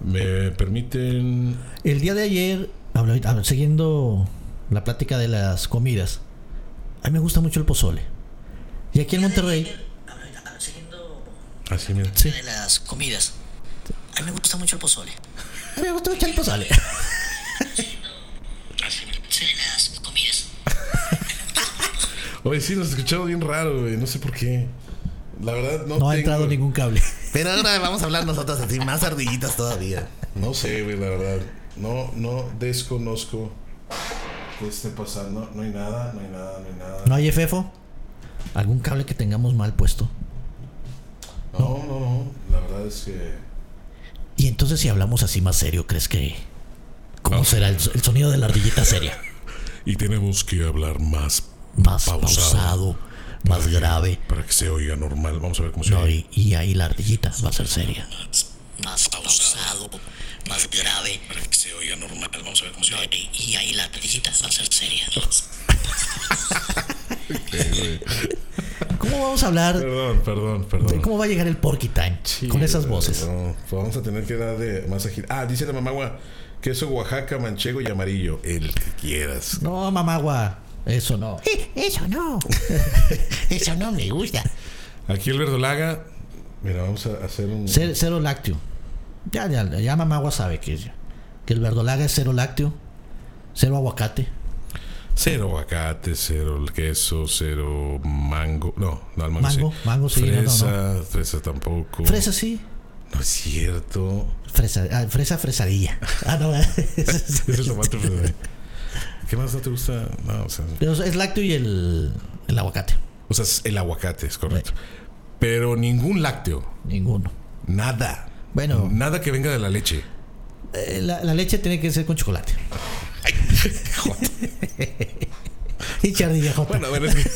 A: Me permiten.
B: El día de ayer, habla- ah, siguiendo la plática de las comidas, a mí me gusta mucho el pozole. Y aquí en Monterrey,
C: Siguiendo
A: Así, mira.
B: sí.
C: de las comidas. A mí me gusta mucho el pozole.
B: A mí me gusta mucho el pozole.
C: Sí, de las comidas.
A: Oye, sí, nos escuchamos bien raro, güey. No sé por qué. La verdad, no.
B: No ha
A: tengo-
B: entrado ningún cable.
D: Pero ahora vamos a hablar nosotros así, más ardillitas todavía.
A: No sé, güey, la verdad. No, no desconozco qué esté pasando. No hay nada, no hay nada, no hay nada.
B: ¿No hay FEFO? ¿Algún cable que tengamos mal puesto?
A: No, no, no. La verdad es que.
B: Y entonces si hablamos así más serio, ¿crees que... ¿Cómo será el, so- el sonido de la ardillita seria?
A: Y tenemos que hablar más
B: Más
A: Pausado.
B: pausado. más grave.
A: Para que se oiga normal. Vamos a ver cómo se
B: No,
A: oye.
B: y, y ahí la ardillita va a ser seria.
C: Más pausado, más grave.
A: Para que se oiga normal. Vamos a ver cómo se
C: No,
A: oye.
C: y- y ahí la ardillita va a ser seria.
B: ¿Cómo vamos a hablar?
A: Perdón, perdón,
B: de
A: perdón.
B: ¿Cómo va a llegar el Porky Time? con esas voces.
A: No, pues vamos a tener que dar de más ágil. Ah, dice la mamagua. Queso Oaxaca, manchego y amarillo. El que quieras.
B: No, mamagua. Eso no.
D: Eh, Eso no. Eso no me gusta.
A: Aquí el verdolaga. Mira, vamos a hacer un.
B: Cero, cero lácteo. Ya, ya, ya mamagua sabe que, que el verdolaga es cero lácteo, cero aguacate.
A: Cero aguacate, cero el queso, cero mango. No, no, el mango.
B: Mango,
A: sí.
B: mango, sí, no, no, no.
A: Fresa, fresa tampoco.
B: Fresa sí.
A: No es cierto.
B: Fresa, ah, fresa fresadilla. Ah, no. es,
A: Es el tomate fresa. ¿Qué más no te gusta? No, o sea,
B: es lácteo y el, el aguacate.
A: o sea, es el aguacate, es correcto. Pero ningún lácteo.
B: Ninguno.
A: Nada.
B: Bueno.
A: Nada que venga de la leche.
B: Eh, la, la leche tiene que ser con chocolate. y chardilla, Jota.
A: Bueno, bueno, es que-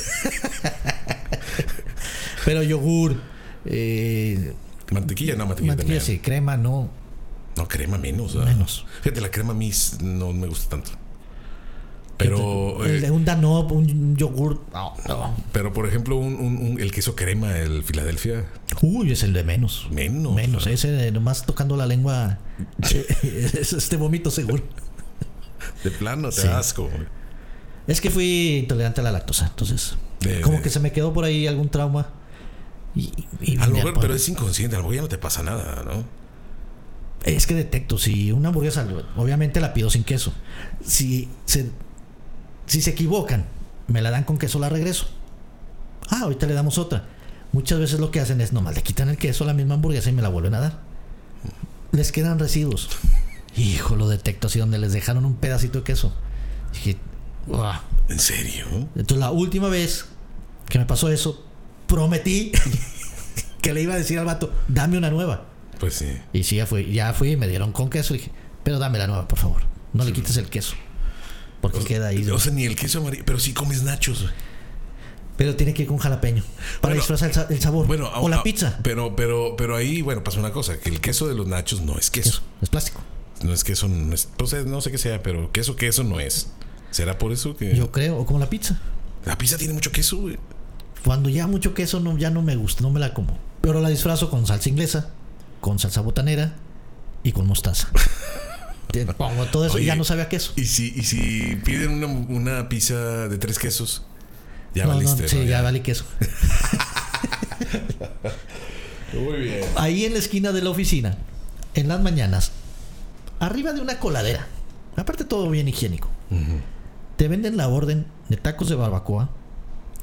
B: Pero yogur. Eh,
A: Mantequilla, no, mantequilla,
B: mantequilla
A: también. Ah,
B: sí, crema no.
A: No, crema menos. ¿verdad?
B: Menos.
A: Fíjate, la crema mis no me gusta tanto. Pero,
B: El
A: eh,
B: de un Danop, un yogur. No, no.
A: pero por ejemplo, un, un- un- el queso crema, el Filadelfia,
B: Uy, es el de menos.
A: menos.
B: Menos, ¿eh? ese de nomás tocando la lengua. es este vómito seguro.
A: De plano, te
B: Sí.
A: da asco. güey.
B: Es que fui intolerante a la lactosa, entonces.
A: De-
B: como
A: de-
B: que se me quedó por ahí algún trauma. Y, y pues,
A: A lo
B: vine a
A: mejor,
B: por-
A: pero es inconsciente, a lo mejor ya no te pasa nada, ¿no?
B: Es que detecto, si una hamburguesa, obviamente la pido sin queso. Si se, si se equivocan, me la dan con queso, la regreso. Ah, ahorita le damos otra. Muchas veces lo que hacen es nomás le quitan el queso a la misma hamburguesa y me la vuelven a dar. Les quedan residuos. Hijo, lo detecto así donde les dejaron un pedacito de queso. Dije, "Uah".
A: En serio.
B: Entonces la última vez que me pasó eso, prometí que le iba a decir al vato, dame una nueva.
A: Pues sí.
B: Y sí, ya fui, ya fui y me dieron con queso. Y dije, pero dame la nueva, por favor. No le quites el queso. Porque
A: Pues,
B: queda ahí.
A: O sea, ni el queso amarillo, pero sí comes nachos. güey.
B: Pero tiene que ir con jalapeño.
A: Bueno,
B: Para disfrazar el, sa- el sabor.
A: Bueno,
B: o
A: a-
B: la
A: a-
B: pizza.
A: Pero, pero, pero ahí, bueno, pasa una cosa, que el queso de los nachos no es queso.
B: Queso, es plástico.
A: No es queso, no es, no sé, no sé qué sea, pero queso, queso no es. ¿Será por eso que
B: Yo creo, o como la pizza.
A: la pizza tiene mucho queso? güey?
B: Cuando ya mucho queso no, ya no me gusta, no me la como. Pero la disfrazo con salsa inglesa, con salsa botanera y con mostaza. Te pongo todo eso y
A: Oye.
B: ya no sabe a queso.
A: ¿Y si, y si piden una, una pizza de tres quesos, ya
B: no,
A: valiste.
B: no,
A: ¿no?
B: sí, ya
A: Ya.
B: vale queso.
A: Muy bien.
B: ahí en la esquina de la oficina, en las mañanas, arriba de una coladera, aparte todo bien higiénico, te venden la orden de tacos de barbacoa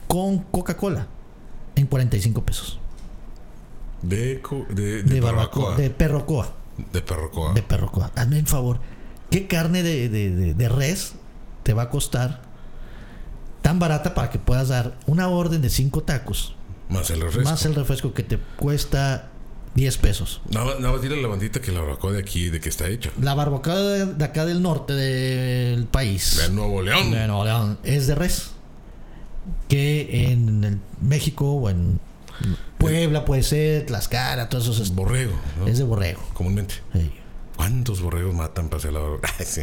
B: con Coca-Cola en 45 pesos.
A: De, co- de, de,
B: De
A: barbacoa.
B: barbacoa, de perrocoa,
A: De perrocoa.
B: de perrocoa. Hazme un favor, ¿qué carne de, de- de- de res te va a costar tan barata para que puedas dar una orden de 5 tacos
A: Más el refresco.
B: más el refresco que te cuesta 10 pesos?
A: Nada más- nada más dile a la bandita que la barbacoa de aquí, de que está hecha.
B: La barbacoa de, de acá del norte del país.
A: De Nuevo León.
B: de Nuevo León, es de res. Que en el México o en Puebla puede ser, Tlaxcala, todos esos. es-
A: Borrego, ¿no?
B: pues, Es de borrego.
A: Comúnmente.
B: sí.
A: ¿Cuántos borregos matan para hacer la barbacoa? Sí.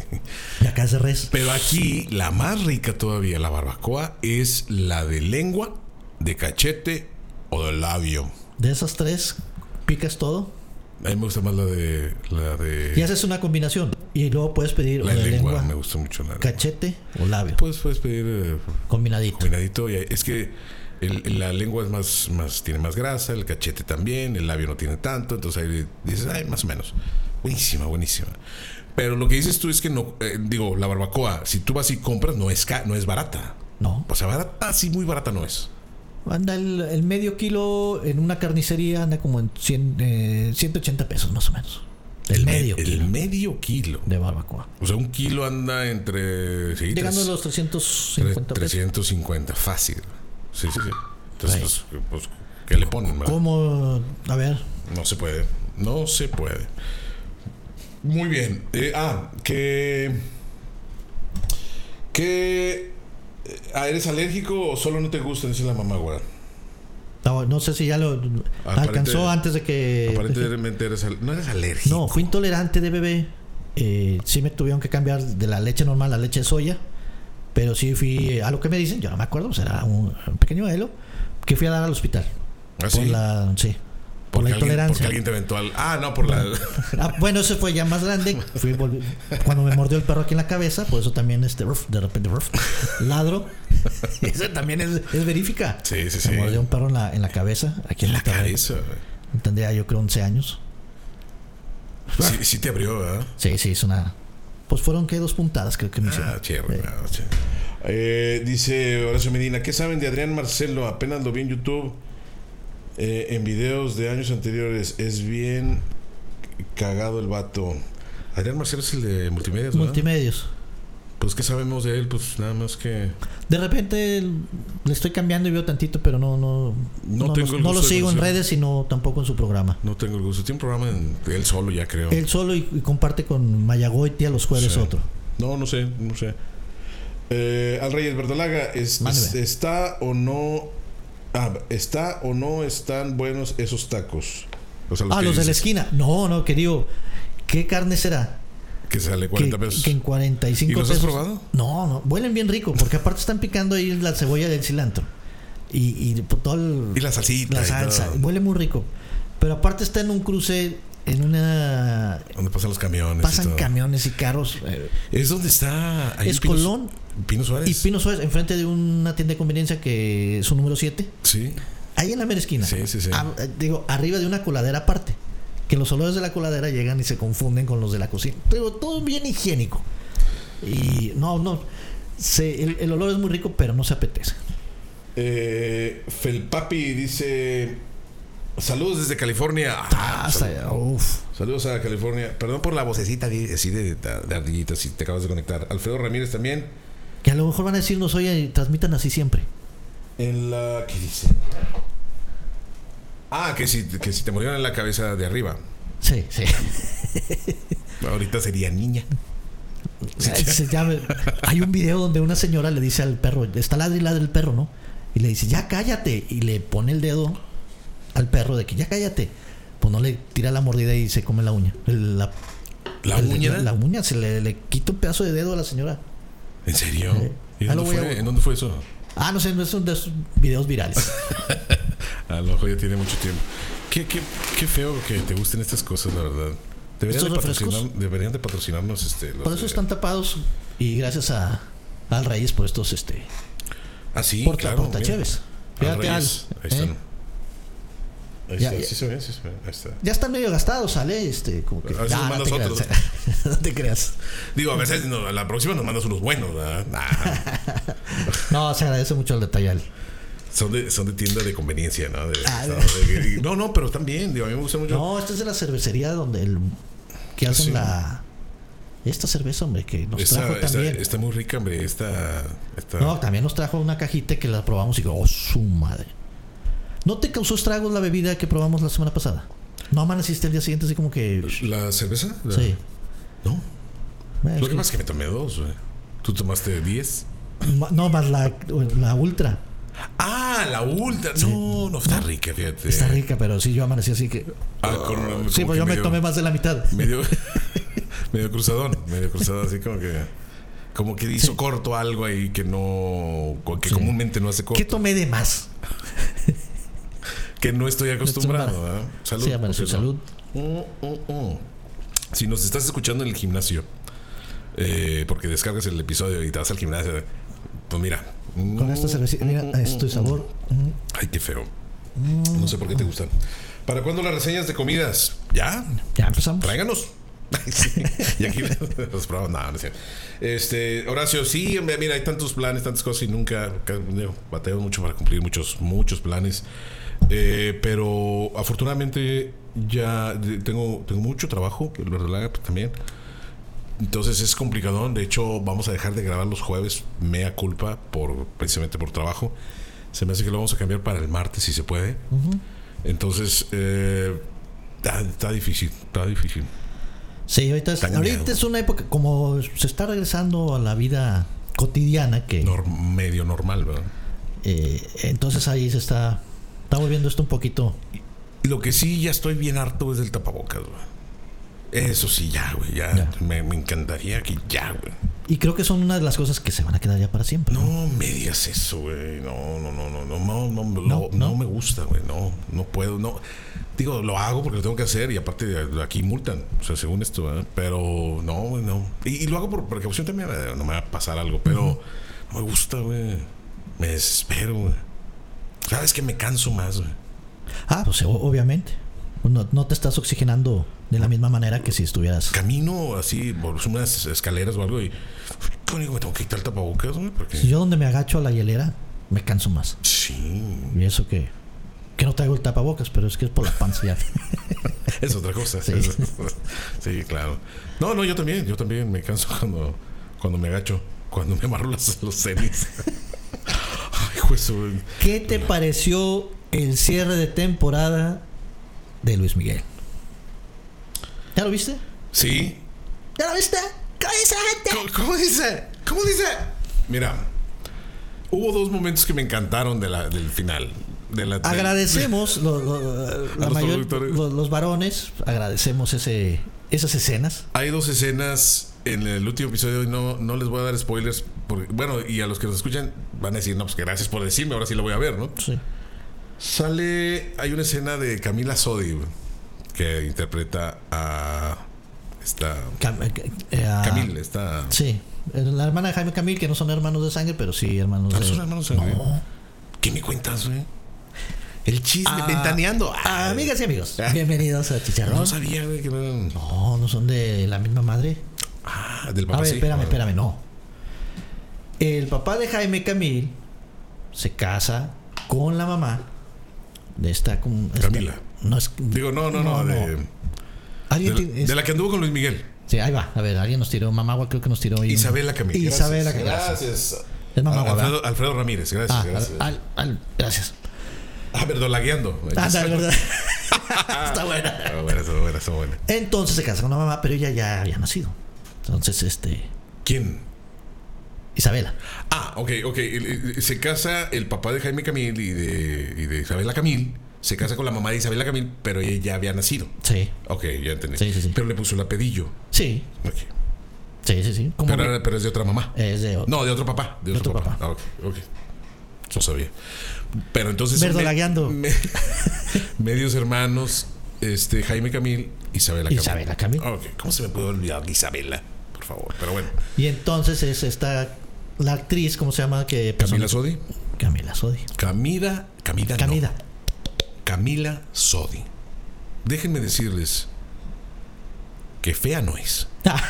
B: Y acá es de res.
A: Pero aquí, la más rica todavía, la barbacoa, es la de lengua, de cachete o de labio.
B: De esas tres, picas todo
A: A mí me gusta más la de. La de.
B: y haces una combinación. Y luego puedes pedir
A: La
B: o de
A: lengua,
B: lengua,
A: me gusta mucho. La lengua.
B: cachete o labio.
A: Puedes, puedes pedir eh,
B: combinadito.
A: combinadito. y- Es que el- la lengua es más, más, tiene más grasa, el cachete también, el labio no tiene tanto. Entonces ahí dices, ay, más o menos. Buenísima, buenísima. Pero lo que dices tú es que no, eh, digo, la barbacoa, si tú vas y compras, no es, ca- no es barata.
B: No.
A: O sea, barata, sí, muy barata no es.
B: Anda el, el medio kilo en una carnicería, anda como en 100, eh, 180 pesos más o menos. El
A: me-
B: medio
A: El
B: kilo
A: medio kilo.
B: de barbacoa.
A: O sea, un kilo anda entre. sí,
B: Llegando
A: tres-
B: a los 350 pesos.
A: 350, fácil. Sí, sí, sí. Entonces, pues, pues, ¿qué le ponen? verdad?
B: ¿Cómo? A ver,
A: No se puede. No se puede. Muy bien. Eh, ah, que. Que. Ah, ¿eres alérgico o solo no te gusta? Dice la mamá,
B: Eh,
A: güey.
B: No, no sé si ya lo alcanzó antes de que.
A: Aparentemente eres al- no eres alérgico.
B: pues No, fui intolerante de bebé. Eh, sí me tuvieron que cambiar de la leche normal a la leche de soya. Pero sí fui eh, a lo que me dicen, yo no me acuerdo, será un, un pequeño helo, que fui a dar al hospital.
A: ¿Ah,
B: Por
A: sí?
B: la, sí, por
A: Porque alguien-
B: la intolerancia.
A: Porque alguien te aventó al- Ah, no, por la.
B: Ah, bueno, eso fue ya más grande. Fui volvi- cuando me mordió el perro aquí en la cabeza, por eso también este ruf, de repente ruf, ladro. Eso también es, es verifica.
A: Sí, sí, Ah, sí.
B: Me mordió un perro en la, en la cabeza, aquí en
A: la
B: Monterrey.
A: cabeza, güey.
B: Tendría yo creo 11 años.
A: Sí, sí te abrió, ¿verdad?
B: Sí, sí, es una. Pues fueron que dos puntadas, creo que me hicieron.
A: Ah, chévere. ah, chévere. Eh, dice Horacio Medina, ¿qué saben de Adrián Marcelo? Apenas lo vi en YouTube, eh, en videos de años anteriores. Es bien cagado el vato. Adrián Marcelo es el de multimedia, ¿verdad?
B: Multimedios.
A: pues ¿qué sabemos de él? Pues nada más que...
B: De repente el- le estoy cambiando y veo tantito, pero no, no,
A: No
B: no,
A: tengo
B: los-
A: el
B: no
A: gusto
B: lo
A: de
B: sigo en
A: conocerlo.
B: redes, sino tampoco en su programa.
A: No tengo el gusto. Tiene un programa en- él solo ya, creo.
B: Él solo y, y comparte con Mayagoitia los jueves
A: Sí.
B: otro.
A: No, no sé, no sé. Eh, Al Reyes Verdolaga, es-
B: Mándeme.
A: es- ¿está o no... ah, ¿Está o no están buenos esos tacos? O sea,
B: ah,
A: que
B: los de la
A: dices
B: esquina. No, no, que digo, ¿qué carne será?
A: Que sale
B: Que,
A: 40 pesos.
B: que en 45
A: ¿Y los has
B: pesos.
A: probado?
B: No, no, huelen bien rico, porque aparte están picando ahí la cebolla del cilantro. Y, y por todo el-
A: Y la salsita.
B: la
A: y
B: salsa,
A: todo.
B: huele muy rico. Pero aparte está en un cruce, en una
A: Donde pasan los camiones. y
B: pasan
A: todo.
B: camiones y carros. eh,
A: Es donde está. ahí
B: Es
A: Pino-
B: Colón.
A: Pino Suárez.
B: Y Pino Suárez, enfrente de una tienda de conveniencia que es su número 7.
A: Sí.
B: Ahí en la mera esquina.
A: Sí, sí, sí.
B: Ah, eh, digo, arriba de una coladera aparte. Que los olores de la coladera llegan y se confunden con los de la cocina. Pero todo bien higiénico. Y no, no. se- el, el olor es muy rico, pero no se apetece.
A: Eh, Felpapi dice. Saludos desde California.
B: Ah, hasta- uf.
A: Saludos a California. Perdón por la vocecita de- así de, de, de ardillita si te acabas de conectar. Alfredo Ramírez también.
B: Que a lo mejor van a decirnos, oye, transmitan así siempre.
A: En la. ¿Qué dice? Ah, que si, que si te murieron en la cabeza de arriba.
B: Sí, sí.
A: Ahorita sería niña.
B: Ay, se llama- hay un video donde una señora le dice al perro, está ladre y ladre el perro, ¿no? Y le dice, ya cállate. Y le pone el dedo al perro de que ya cállate. Pues no le tira la mordida y se come la uña. El- la,
A: ¿La
B: el-
A: uña?
B: La, la uña, se le, le quita un pedazo de dedo a la señora.
A: ¿En serio?
B: Eh,
A: ¿Y dónde
B: ah, lo voy a-
A: fue? ¿En dónde fue eso?
B: Ah, no sé, no es un de esos videos virales.
A: A lo mejor ya Ah, tiene mucho tiempo. Qué, qué, qué feo que te gusten estas cosas, la verdad. Deberían,
B: ¿Estos
A: de,
B: refrescos?
A: patrocinar- deberían de patrocinarnos este, los
B: Por eso
A: de-
B: están tapados. Y gracias a, al Reyes por estos, este,
A: Ah, sí,
B: porta,
A: claro.
B: porta
A: mira.
B: cheves.
A: Al
B: Fíjate
A: Reyes.
B: al-
A: Ahí
B: ¿eh?
A: están. Ahí
B: Ya,
A: está.
B: ya.
A: Sí se ve, sí se ve. Ahí está.
B: Ya están medio gastados, sale este, como que.
A: A veces
B: Ah,
A: mandas
B: no, te creas,
A: otros.
B: no te creas.
A: Digo, a veces no, a la próxima nos mandas unos buenos, ¿verdad? Nah,
B: No, se agradece mucho el detalle. al-
A: son, de, son de tienda de conveniencia, ¿no? De-
B: Ah,
A: de- no, no, pero están bien. Digo, a mí me gusta mucho.
B: No, esta es de la cervecería donde el que hacen
A: Sí.
B: la esta cerveza, hombre, que nos
A: Esta-
B: trajo
A: esta-
B: también.
A: está muy rica, hombre. Esta. esta-
B: No, también nos trajo una cajita que la probamos y digo, oh, su madre. ¿No te causó estragos la bebida que probamos la semana pasada? No amaneciste el día siguiente así como que
A: ¿La cerveza? La-
B: sí.
A: No.
B: Eh,
A: Lo que pasa es que me tomé dos, güey. Tú tomaste diez.
B: ma- No, más la, la ultra.
A: Ah, la ultra. No, no está rica, fíjate.
B: Está rica, pero sí yo amanecí así que
A: Ah, con una- Eh. como
B: Sí,
A: que
B: pues yo me
A: medio-
B: tomé más de la mitad.
A: Medio, medio cruzadón, medio cruzado, así como que. Como que hizo corto algo ahí que no. que
B: Sí.
A: comúnmente no hace
B: ¿Qué
A: corto.
B: tomé de más?
A: Que no estoy acostumbrado, ¿verdad? Salud.
B: Sí, amaneció
A: por
B: salud.
A: cierto. Mm, mm, mm. Si nos estás escuchando en el gimnasio, eh, porque descargas el episodio y te vas al gimnasio, pues mira.
B: Con
A: mm,
B: esta cervecita, mira,
A: mm,
B: a este
A: mm,
B: sabor.
A: Ay, qué feo. No sé por
B: Mm.
A: qué te gustan. ¿Para cuándo las reseñas de comidas? ¿Ya?
B: Ya empezamos.
A: Tráiganos. Sí, Y aquí los probamos. No, no es cierto. Este, Horacio, sí, hombre, mira, hay tantos planes, tantas cosas y nunca ca- digo, bateo mucho para cumplir muchos, muchos planes. Eh, pero afortunadamente ya de- tengo, tengo mucho trabajo, lo relaga pues, también. Entonces es complicadón. De hecho, vamos a dejar de grabar los jueves, mea culpa, por precisamente por trabajo. Se me hace que lo vamos a cambiar para el martes, si se puede. Entonces, eh, está, está difícil, está difícil.
B: Sí, ahorita es,
A: Está
B: ahorita
A: miedo.
B: es una época, como se está regresando a la vida cotidiana que
A: Nor- medio normal, ¿verdad?
B: eh, entonces ahí se está está volviendo esto un poquito
A: Lo que sí ya estoy bien harto es del tapabocas, güey. Eso sí, ya, güey. Ya,
B: Ya.
A: Me, me encantaría que ya, güey.
B: y creo que son una de las cosas que se van a quedar ya para siempre ¿no?
A: No me digas eso, güey. No, no, no, no, no, no, no, no,
B: No,
A: no
B: no.
A: me gusta, güey. No, no puedo, no. Digo, lo hago porque lo tengo que hacer y aparte de- aquí multan, o sea, según esto, ¿verdad? pero no, güey, no. Y, y lo hago por precaución también, eh, no me va a pasar algo, pero no me gusta, güey. Me desespero, güey. Sabes que me canso más, güey.
B: ah pues o- obviamente no, no te estás oxigenando de la misma manera que si estuvieras
A: Camino así por unas escaleras o algo y. Cónigo, me tengo que quitar el tapabocas, güey, porque.
B: si yo donde me agacho a la hielera me canso más
A: Sí,
B: y eso que que no traigo el tapabocas pero es que es por la panza ya
A: Es otra cosa.
B: Sí.
A: es- sí, claro. No, no, yo también, yo también me canso cuando, cuando me agacho, cuando me amarro las, los tenis. Ay, juez, güey.
B: ¿Qué te pareció el cierre de temporada de Luis Miguel? ¿Ya lo viste?
A: Sí.
B: ¿Ya lo viste? ¿Cómo dice la gente?
A: ¿Cómo, cómo dice? ¿Cómo dice? Mira, hubo dos momentos que me encantaron de la, del final. De la, de-
B: Agradecemos lo- lo- la
A: los
B: mayor-
A: productores.
B: los, los varones, agradecemos ese, esas escenas.
A: Hay dos escenas en el último episodio y no, no les voy a dar spoilers. porque- bueno, y a los que nos escuchan van a decir, no, pues gracias por decirme, ahora sí lo voy a ver, ¿no?
B: Sí.
A: Sale. Hay una escena de Camila Sodi, güey, que interpreta a. Esta.
B: Cam- eh, eh, ah,
A: Camil, esta.
B: Sí. La hermana de Jaime Camil, que no son hermanos de sangre, pero sí hermanos
A: Ah, ¿No
B: de
A: son hermanos, güey? ¿Qué me cuentas, güey? El chisme,
B: Ah,
A: ventaneando. Ah,
B: Amigas y amigos, bienvenidos a Chicharrón.
A: No sabía, güey, que no eran.
B: No, no son de la misma madre.
A: Ah, del
B: A
A: papá.
B: ver,
A: sí.
B: espérame,
A: Ah,
B: espérame, no. El papá de Jaime Camil se casa con la mamá de esta. Con, esta-
A: Camila.
B: no es.
A: Digo, no, no, no. de,
B: Alguien
A: de la,
B: tiene- es-
A: de la que anduvo con Luis Miguel.
B: Sí, ahí va. A ver, alguien nos tiró. Mamagua creo que nos tiró. ahí un-
A: Isabela Camil.
B: Isabela Camil. Gracias.
A: Gracias.
B: Es mamá
A: Al-
B: guapa.
A: Alfredo, Alfredo Ramírez, gracias.
B: Ah,
A: gracias.
B: al- al- gracias.
A: Ah, verdolagueando.
B: Anda, ¿verdad? Está buena.
A: Ah, bueno, eso, bueno, eso, bueno.
B: Entonces se casa con la mamá, pero ella ya había nacido. Entonces, este.
A: ¿Quién?
B: Isabela.
A: Ah, ok, ok. El- el- Se casa el papá de Jaime Camil y de, y de Isabela Camil. Se casa con la mamá de Isabela Camil, pero ella ya había nacido.
B: Sí.
A: Ok, ya entendí.
B: Sí, sí, sí.
A: Pero le puso el apelillo.
B: Sí.
A: Ok.
B: Sí, sí, sí. Como
A: Pero, era- pero es de otra mamá.
B: que- es de.
A: No, de otro papá. De otro,
B: otro
A: papá.
B: papá.
A: Ah, ok, ok. No sabía. Pero entonces. son me-
B: Verdolagueando.
A: me- medios hermanos, este, Jaime Camil, Isabela Camil.
B: Isabela Camil.
A: Ah, Ok, ¿cómo se me puede olvidar Isabela? Por favor. Pero bueno.
B: Y entonces es esta la actriz, ¿cómo se llama? Que pues,
A: Camila
B: son-
A: Sodi.
B: Camila Sodi.
A: Camila. Camila. no.
B: Camila.
A: Camila Sodi. Déjenme decirles que fea no es.
B: Ah.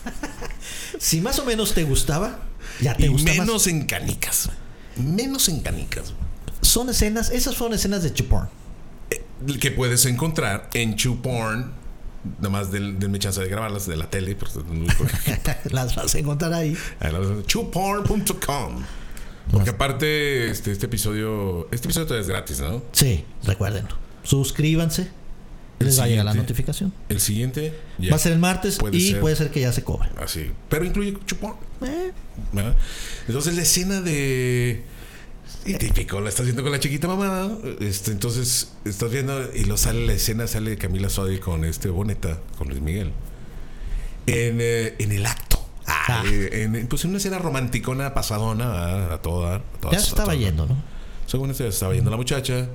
B: si más o menos te gustaba, ya te
A: Y
B: gusta
A: menos en canicas. Menos en canicas.
B: más. Son escenas, esas fueron escenas de Chuporn.
A: El eh, Que puedes encontrar en Chuporn. Nada más del, denme chance de grabarlas de la tele. por eso no-
B: Las vas a encontrar ahí.
A: a la- Chuporn.com. Porque aparte, este, este episodio. Este episodio todavía es gratis, ¿no?
B: Sí, recuérdenlo. Suscríbanse. Les va a llegar la
A: siguiente.
B: notificación.
A: El siguiente. ya.
B: Va a ser el martes
A: Puede
B: y
A: ser.
B: puede ser que ya se cobre.
A: Así. Pero incluye Chuporn. ¿verdad? Entonces la escena de. Y típico, la estás viendo con la chiquita mamá. Este, entonces estás viendo y lo sale la escena, sale Camila Sodi con este Boneta, con Luis Miguel. En, eh, en el acto. Ah,
B: Ah.
A: eh, en- pues en una escena romanticona pasadona ¿verdad? a toda. a todas-
B: Ya
A: a
B: se estaba
A: todas.
B: yendo, ¿no?
A: Según esto, ya estaba yendo la muchacha.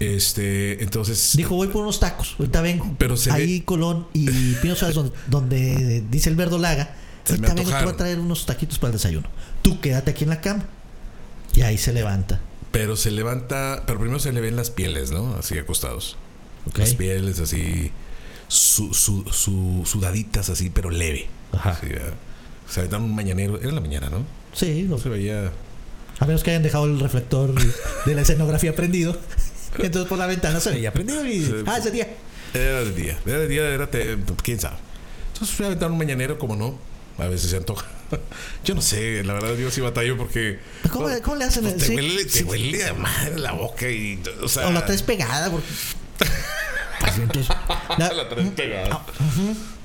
A: Este, entonces.
B: Dijo, voy por unos tacos, ahorita vengo.
A: Pero se
B: Ahí Colón y Pino Suárez, donde, donde dice el verdolaga,
A: Se me
B: ahorita vengo, te voy
A: antojaron.
B: a traer unos taquitos para el desayuno. Tú quédate aquí en la cama. Y ahí se levanta.
A: Pero se levanta. Pero primero se le ven las pieles, ¿no? Así acostados.
B: ¿ok?
A: Las pieles así. Su, su- su- sudaditas así, pero leve.
B: Ajá.
A: Sí, ¿verdad? se aventaron un mañanero. Era la mañana, ¿no?
B: Sí,
A: No
B: lo-
A: se veía.
B: a menos que hayan dejado el reflector de la escenografía prendido. Entonces por la ventana se veía prendido y.
A: Sí.
B: Ah, ese día.
A: Era el día. Era el día, era. te- quién sabe. Entonces se aventaron un mañanero, como no. A veces se antoja. Yo no sé, la verdad, yo sí batallo porque.
B: ¿Cómo,
A: pues,
B: cómo le hacen
A: pues,
B: el-
A: te,
B: sí,
A: huele, te
B: sí.
A: huele a madre la boca y. O sea.
B: O la traes pegada. Porque... Pues, entonces, la-
A: la traes pegada. Pues,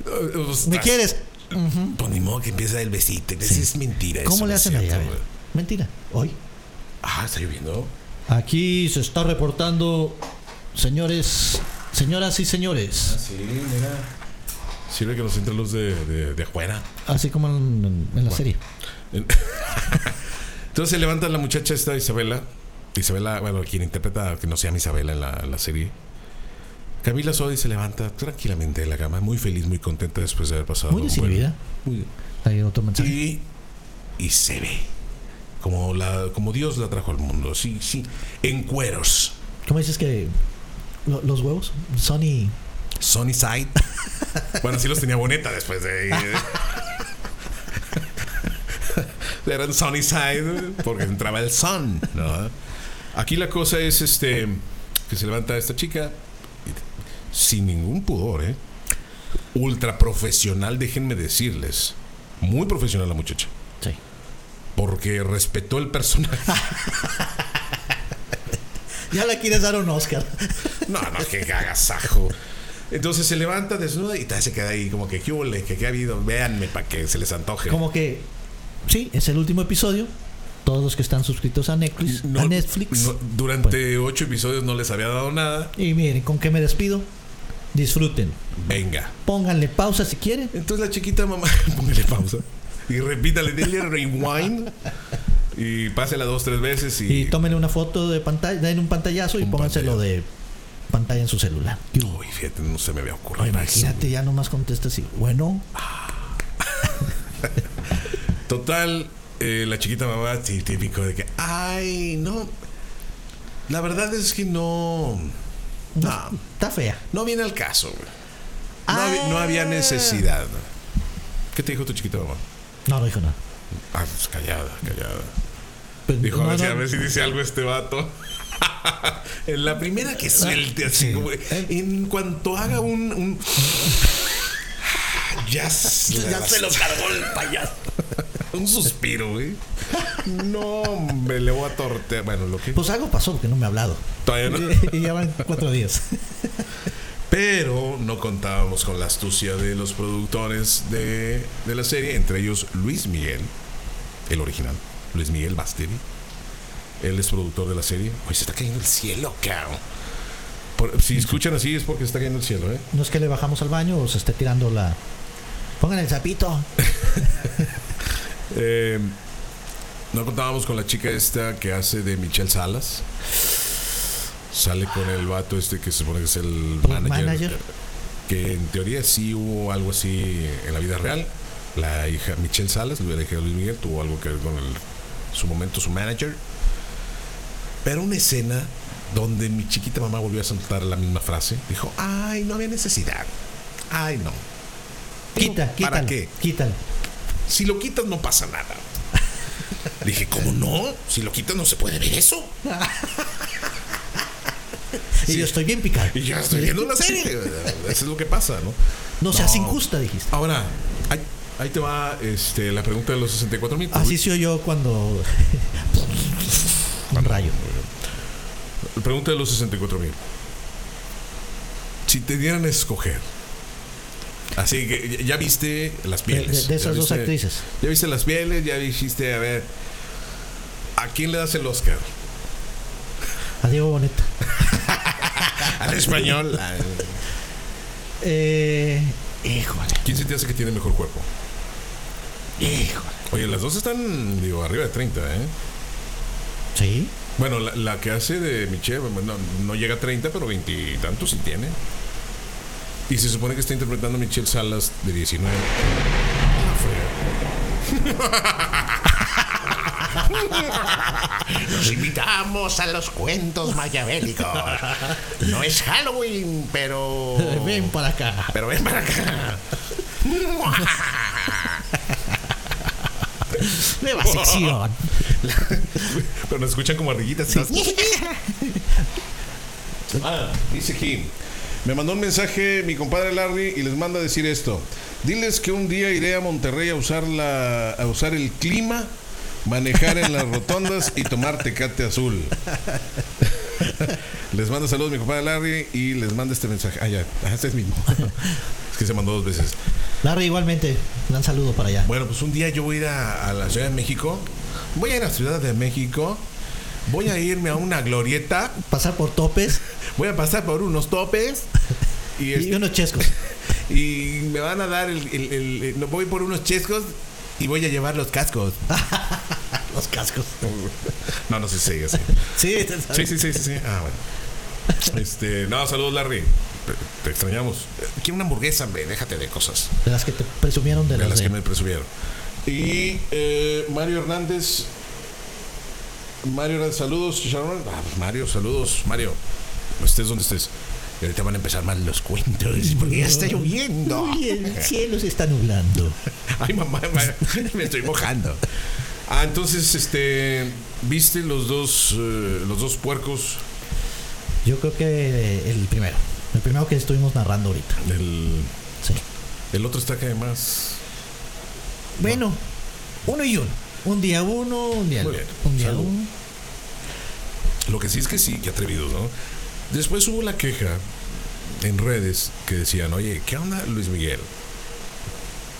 B: Ah, ¿Me
A: estás-
B: quieres?
A: Pues ni modo que empieza el besito. que sí es mentira. eso,
B: ¿Cómo le
A: no es
B: hacen allá?
A: cierto,
B: A ver,
A: güey.
B: Mentira. Hoy.
A: Ah, está lloviendo.
B: Aquí se está reportando, señores, señoras y señores,
A: Sí, mira. Sirve que nos entre luz de, de, de afuera.
B: así como en, en la serie.
A: Entonces se levanta la muchacha esta Isabela. Isabela, bueno, quien interpreta que no sea mi Isabela en la, en la serie. Camila Sodi se levanta tranquilamente de la cama, muy feliz, muy contenta después de haber pasado.
B: Muy
A: un buen-
B: desinhibida.
A: muy-
B: Hay otro mensaje.
A: y, y se ve. Como, la, como Dios la trajo al mundo. Sí, sí. En cueros.
B: ¿Cómo dices que lo- los huevos? Sony.
A: Sunny Side. bueno, sí los tenía boneta después de. Eran Sunny Side porque entraba el sun. ¿no? Aquí la cosa es este que se levanta esta chica y- sin ningún pudor, ¿eh? Ultra profesional, déjenme decirles. Muy profesional la muchacha.
B: Sí.
A: Porque respetó el personaje.
B: Ya la quieres dar un Oscar.
A: No, no, qué cagasajo. Entonces se levanta desnuda y todavía se queda ahí como que qué hule, que qué ha habido, véanme para que se les antoje.
B: Como que, sí, es el último episodio. Todos los que están suscritos a Netflix,
A: Pues, No,
B: a Netflix. pues.
A: no, durante ocho episodios no les había dado nada.
B: Y miren, ¿con qué me despido? Disfruten.
A: Venga.
B: Pónganle pausa si quieren.
A: Entonces la chiquita mamá, póngale pausa. Y repítale, dile rewind. Y pásela dos, tres veces y.
B: Y tómenle una foto de pantalla, den un pantallazo y
A: Un
B: pónganselo
A: pantallazo.
B: de pantalla en su celular.
A: Uy, fíjate, no se me había ocurrido.
B: Imagínate, ya nomás contestas y, bueno,
A: Total, eh, la chiquita mamá, sí, típico de que, ay, no. La verdad es que no. No,
B: está fea.
A: no viene al caso, güey. No, había- no
B: Ah.
A: había necesidad. ¿Qué te dijo tu chiquita mamá?
B: No, no dijo nada.
A: Ah, pues callada, callada.
B: Pues,
A: Dijo, a,
B: no,
A: ver si,
B: no,
A: a ver si dice algo este vato. en la primera que suelte, así como.
D: Eh.
A: En cuanto haga un. un- ya,
D: Ya se lo cargó el payaso.
A: Un suspiro, güey. No, me le voy a tortear. Bueno, lo que.
B: Pues algo pasó porque no me ha hablado.
A: Todavía no.
B: y ya van cuatro días.
A: Pero no contábamos con la astucia de los productores de, de la serie, entre ellos Luis Miguel, el original, Luis Miguel Basteri. Él es productor de la serie. Hoy se está cayendo el cielo, cabrón. Por- si escuchan así es porque se está cayendo el cielo, ¿eh?
B: No es que le bajamos al baño o se esté tirando la. Pongan el zapito.
A: Eh, No contábamos con la chica esta que hace de Michelle Salas. Sale con el vato este que se supone que es el
B: Product
A: manager,
B: manager.
A: Que en teoría sí hubo algo así en la vida real. La hija Michelle Salas, la hija de Luis Miguel, tuvo algo que ver con el, su momento, su manager. Pero una escena donde mi chiquita mamá volvió a soltar la misma frase. Dijo, ay, no había necesidad. Ay, no.
B: Quita, quítalo.
A: ¿Para qué?
B: Quítalo.
A: Si lo quitas no pasa nada. Dije, ¿cómo no? Si lo quitas no se puede ver eso.
B: Y yo estoy bien picado.
A: Y ya estoy viendo una serie. Eso es lo que pasa, ¿no?
B: No seas
A: No.
B: injusta, dijiste.
A: Ahora, ahí, ahí te va este, la pregunta de los 64 mil.
B: Así se oyó cuando. Un rayo.
A: Pregunta de los 64 mil. Si te dieran a escoger. Así que ya- ya viste las
B: De,
A: pieles.
B: de- de esas
A: ya
B: dos
A: viste-
B: actrices.
A: Ya viste las pieles, ya dijiste, a ver. ¿A quién le das el Oscar?
B: A Diego Boneta.
A: Al español.
B: Eh, híjole.
A: ¿Quién se te hace que tiene mejor cuerpo?
B: Híjole.
A: Oye, las dos están, digo, arriba de 30, ¿eh?
B: Sí.
A: Bueno, la, la que hace de Michelle, bueno, no, no llega a 30, pero veintitantos sí tiene. Y se supone que está interpretando a Michelle Salas de 19. Ah,
D: Los invitamos a los cuentos maquiavélicos. No es Halloween, pero.
A: Oh.
B: Ven para acá.
D: Pero ven para acá.
B: Nueva sección.
A: fue- Pero nos escuchan como ardillitas. Ah, dice aquí. Me mandó un mensaje mi compadre Larry y les manda a decir esto. Diles que un día iré a Monterrey a usar la a usar el clima, manejar en las rotondas y tomar tecate azul. les manda saludos mi compadre Larry y les manda este mensaje. Ah, ya, Ah, este es mismo. es que se mandó dos veces.
B: Larry, igualmente, gran saludo para allá.
A: Bueno, pues un día yo voy a ir a, a la Ciudad de México. Voy a ir a Ciudad de México. Voy a irme a una glorieta.
B: Pasar por topes
A: Voy a pasar por unos topes. Y,
B: y
A: este-
B: unos chescos.
A: y me van a dar el, el- el- el- no, Voy por unos chescos y voy a llevar los cascos.
B: Los cascos.
A: No, no sé si sigue así.
B: Sí, te-
A: Sí, sí, sí, sí, sí. Ah, bueno. Este, no, saludos, Larry. Te, te extrañamos. Eh, Quiero una hamburguesa, hombre. Déjate de cosas.
B: De las que te presumieron de,
A: De
B: las,
A: las
B: de-
A: que me presumieron. Y eh, Mario Hernández. Mario Hernández, saludos. Sharon. Ah, pues Mario, saludos. Mario, estés donde estés. Y ahorita van a empezar mal los cuentos porque ya está lloviendo.
B: Uy, el cielo se está nublando.
A: Ay, mamá, ma- me estoy mojando. Ah, entonces, este, ¿viste los dos, eh, los dos puercos?
B: Yo creo que el primero. El primero que estuvimos narrando ahorita.
A: El,
B: Sí.
A: el otro está que además...
B: Bueno, uno y uno. Un día uno, un día
A: Muy
B: el
A: bien.
B: otro. Un día
A: Salud.
B: uno.
A: Lo que sí es que sí, qué atrevidos, ¿no? Después hubo la queja en redes que decían, oye, ¿qué onda Luis Miguel?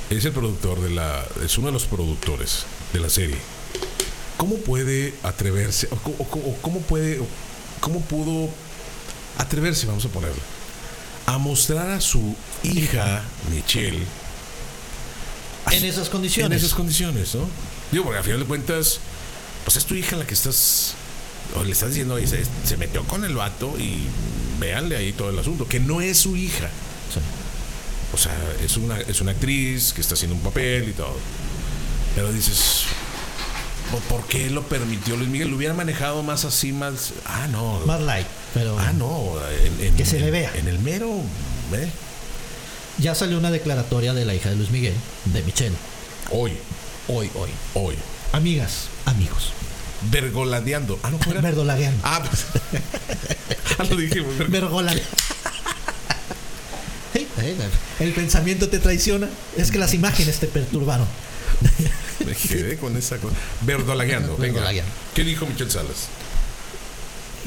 A: Es el productor de la... Es uno de los productores de la serie. ¿Cómo puede atreverse? O, co- o co- o cómo puede... o ¿Cómo pudo atreverse, vamos a ponerle? A mostrar a su hija, Michelle,
B: En esas
A: en
B: condiciones.
A: esas condiciones, ¿no? Digo, porque al final de cuentas, pues es tu hija la que estás, o le estás diciendo, oye, se, se metió con el vato y véanle ahí todo el asunto, que no es su hija.
B: Sí.
A: O sea, es una, es una actriz que está haciendo un papel y todo. Pero dices, ¿po- ¿por qué lo permitió Luis Miguel? ¿Lo hubiera manejado más así, más... Ah, no.
B: Más light. Pero
A: Ah, no. en- en-
B: Que se le
A: en-
B: vea.
A: En el mero... ¿eh?
B: ya salió una declaratoria de la hija de Luis Miguel, de Michelle.
A: Hoy,
B: Hoy, hoy.
A: hoy.
B: Amigas, amigos.
A: Vergoladeando. Ah, no, ¿cómo era?
B: Verdolagueando.
A: Ah, pues. ah, lo dije. güey.
B: Vergolade- Sí, sí, El pensamiento te traiciona. Es que las imágenes te perturbaron.
A: Me quedé con esa cosa. Verdolagueando. venga.
B: Verdolagueando.
A: ¿Qué dijo Michel Salas?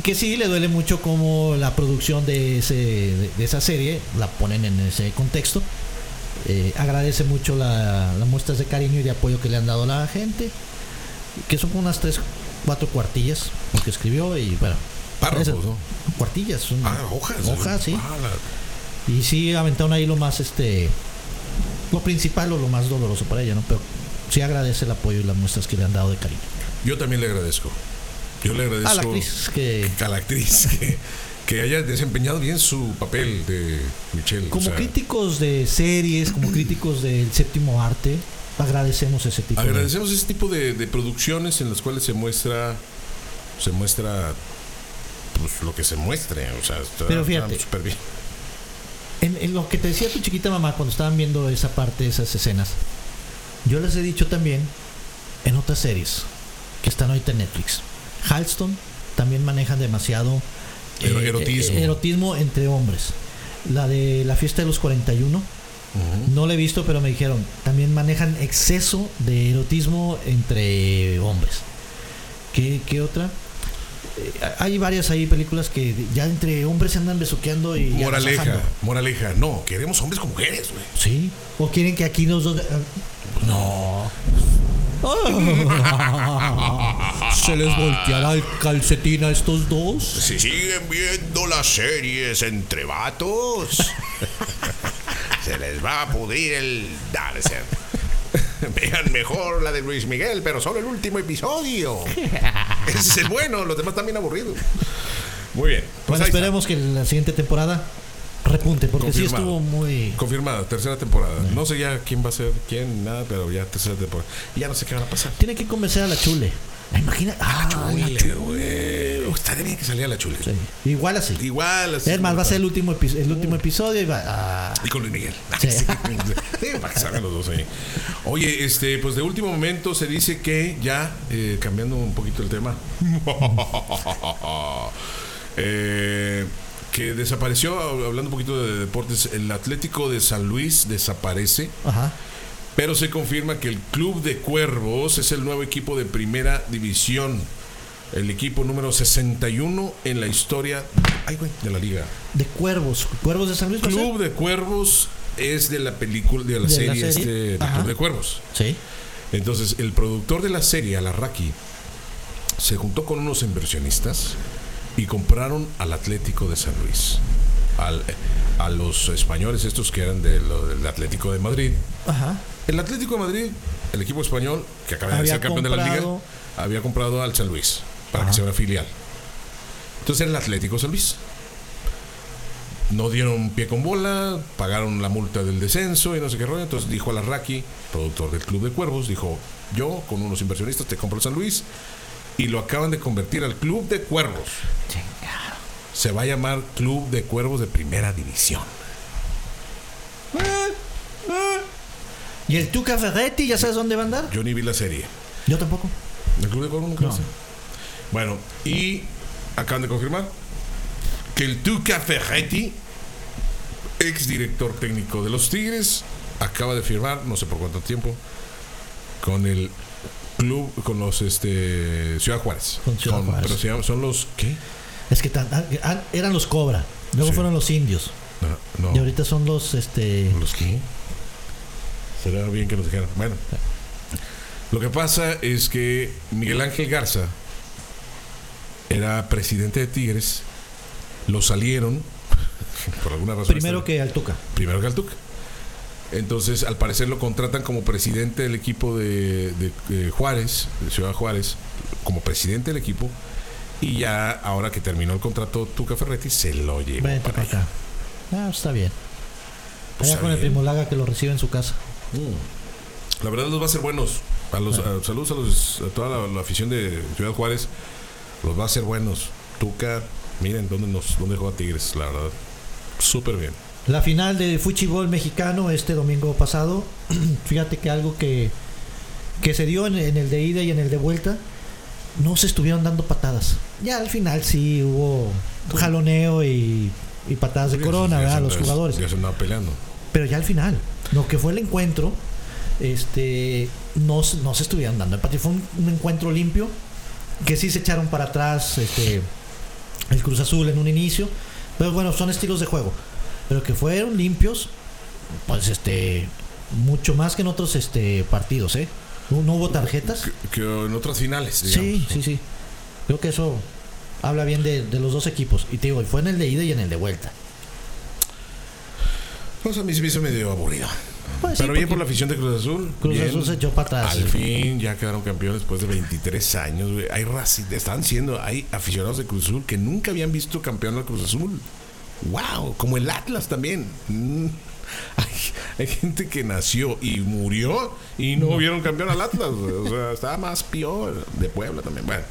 B: Que sí, le duele mucho como la producción de, ese, de, de esa serie la ponen en ese contexto. Eh, agradece mucho la- las muestras de cariño y de apoyo que le han dado a la gente. Que son como unas tres, cuatro cuartillas lo que escribió y bueno.
A: Párrafos,
B: eso,
A: ¿no?
B: Cuartillas. son
A: Ah, hojas.
B: Mm. Hojas, sí.
A: Ah, la-
B: Y sí aventaron ahí lo más, este, lo principal o lo más doloroso para ella, ¿no? Pero sí agradece el apoyo y las muestras que le han dado de cariño.
A: Yo también le agradezco. Yo le agradezco
B: A la actriz que
A: a la actriz que, que haya desempeñado bien su papel de Michelle. o
B: como
A: sea,
B: críticos de series, como críticos del séptimo arte, agradecemos ese tipo de...
A: Agradecemos ese tipo de, de producciones en las cuales se muestra. Se muestra. Pues lo que se muestre. O sea, está-
B: Pero fíjate.
A: está súper bien.
B: En, en lo que te decía tu chiquita mamá cuando estaban viendo esa parte, esas escenas, yo les he dicho también en otras series que están ahorita en Netflix. Halston también maneja demasiado
A: Ero- erotismo.
B: eh, erotismo entre hombres. La de la fiesta de los 41, no la he visto, pero me dijeron, también manejan exceso de erotismo entre hombres. ¿Qué, qué otra? Eh, Hay varias ahí películas que ya entre hombres se andan besuqueando y ya
A: Moraleja,
B: agasajando.
A: moraleja. No, queremos hombres con mujeres, güey.
B: Sí. ¿O quieren que aquí nos... eh? No. Se les volteará el calcetín a estos dos.
D: Si siguen viendo las series entre vatos, se les va a pudrir el darcer. Vean mejor la de Luis Miguel, pero solo el último episodio.
A: Ese es el bueno, los demás están bien aburridos. Muy bien. pues
B: bueno,
A: ahí está.
B: esperemos que la siguiente temporada repunte, porque sí
A: Confirmado.
B: estuvo muy...
A: Confirmada, tercera temporada. No sé ya quién va a ser quién, nada, pero ya tercera temporada. Y Ya no sé qué van a pasar.
B: Tiene que convencer a la chule. Imagina... Ah, la
A: Chule, güey. Estaría bien que saliera la chule.
B: Chule. Igual así.
A: Igual. así
B: Es más,
A: como
B: va a ser
A: tal.
B: el último, epi- el último episodio y va... ah,
A: Y con Luis Miguel.
B: Sí.
A: Sí, para que salgan los dos ahí. Oye, este, pues de último momento se dice que ya, eh, cambiando un poquito el tema, eh, que desapareció, hablando un poquito de deportes, el Atlético de San Luis desaparece.
B: Ajá.
A: Pero se confirma que el Club de Cuervos es el nuevo equipo de primera división. El equipo número 61 en la historia ay, güey, de la liga.
B: De cuervos. Cuervos de San Luis. va a ser?
A: Club de Cuervos es de la película, de la
B: Pues De la
A: serie,
B: serie.
A: este, de
B: Ajá.
A: Club de Cuervos.
B: Sí.
A: Entonces, el productor de la serie, Alarraqui, se juntó con unos inversionistas y compraron al Atlético de San Luis. Al- a los españoles, estos que eran de lo- del Atlético de Madrid.
B: Ajá.
A: El Atlético de Madrid, el equipo español que acaba de
B: Había
A: ser campeón de la liga,
B: comprado-
A: había comprado al San Luis para que sea una filial. Entonces era el Atlético San Luis. No dieron pie con bola, pagaron la multa del descenso y no sé qué rollo. Entonces dijo Alarraqui, productor del Club de Cuervos, dijo, yo con unos inversionistas te compro el San Luis y lo acaban de convertir al Club de Cuervos. Se va a llamar Club de Cuervos de Primera División.
B: ¿Y el Tuca Ferretti? ¿Ya sabes dónde va a andar?
A: Yo ni vi la serie.
B: Yo tampoco.
A: ¿El Club de Cuervos nunca lo sé. Bueno, y acaban de confirmar que el Tuca Ferretti, ex director técnico de los Tigres, acaba de firmar, no sé por cuánto tiempo, con el club, con los este Ciudad Juárez.
B: Con Ciudad Juárez.
A: Pero se llaman- son los ¿qué?
B: Es que tan- ah, ah, eran los Cobra. Luego
A: Sí.
B: fueron los indios.
A: No, no,
B: Y ahorita son los este.
A: ¿Los qué? Será bien que nos dijeran. Bueno. Lo que pasa es que Miguel Ángel Garza era presidente de Tigres. Lo salieron. Por alguna razón.
B: Primero que al Tuca.
A: Primero que al Tuca. Entonces, al parecer lo contratan como presidente del equipo de, de- de Juárez, de Ciudad Juárez, como presidente del equipo. Y ya, ahora que terminó el contrato Tuca Ferretti, se lo llevó.
B: Vente
A: para
B: para
A: allá.
B: acá. Ah, está bien.
A: Pues
B: Allá
A: está
B: con el
A: bien.
B: Primolaga que lo recibe en su casa.
A: Mm. La verdad los va a hacer buenos. A los, a- saludos a, los, a toda la, la afición de Ciudad Juárez. Los va a hacer buenos. Tuca, miren dónde nos dónde juega Tigres, la verdad. Súper bien.
B: La final de Fuchibol mexicano este domingo pasado. Fíjate que algo que, que se dio en, en el de ida y en el de vuelta. No se estuvieron dando patadas. Ya al final sí hubo
A: Pues
B: jaloneo y, y patadas de
A: Ya
B: corona,
A: se-
B: ¿verdad? Los
A: ya se-
B: jugadores.
A: Ya se andaba peleando.
B: Pero ya al final, lo que fue el encuentro, este, no, se- no se estuvieron dando empate. Fue un, un encuentro limpio, que sí se echaron para atrás este, el Cruz Azul en un inicio. Pero bueno, son estilos de juego. Pero que fueron limpios, pues este, mucho más que en otros este, partidos, ¿eh? No, no hubo tarjetas.
A: Que, que en otras finales,
B: Sí,
A: digamos.
B: sí, sí. Creo que eso habla bien de, de los dos equipos. Y te digo, fue en el de ida y en el de vuelta.
A: Pues a mí se me hizo medio aburrido.
B: Pues sí,
A: Pero bien
B: porque
A: por la afición de Cruz Azul.
B: Cruz
A: bien.
B: Azul se echó para atrás.
A: Al fin ya quedaron campeones después de 23 años. güey. Hay raci- están siendo, hay aficionados de Cruz Azul que nunca habían visto campeón al Cruz Azul. Wow, como el Atlas también. Mm. Hay, hay gente que nació y murió y no vieron campeón al Atlas. güey. O sea, estaba más peor de Puebla también. Bueno,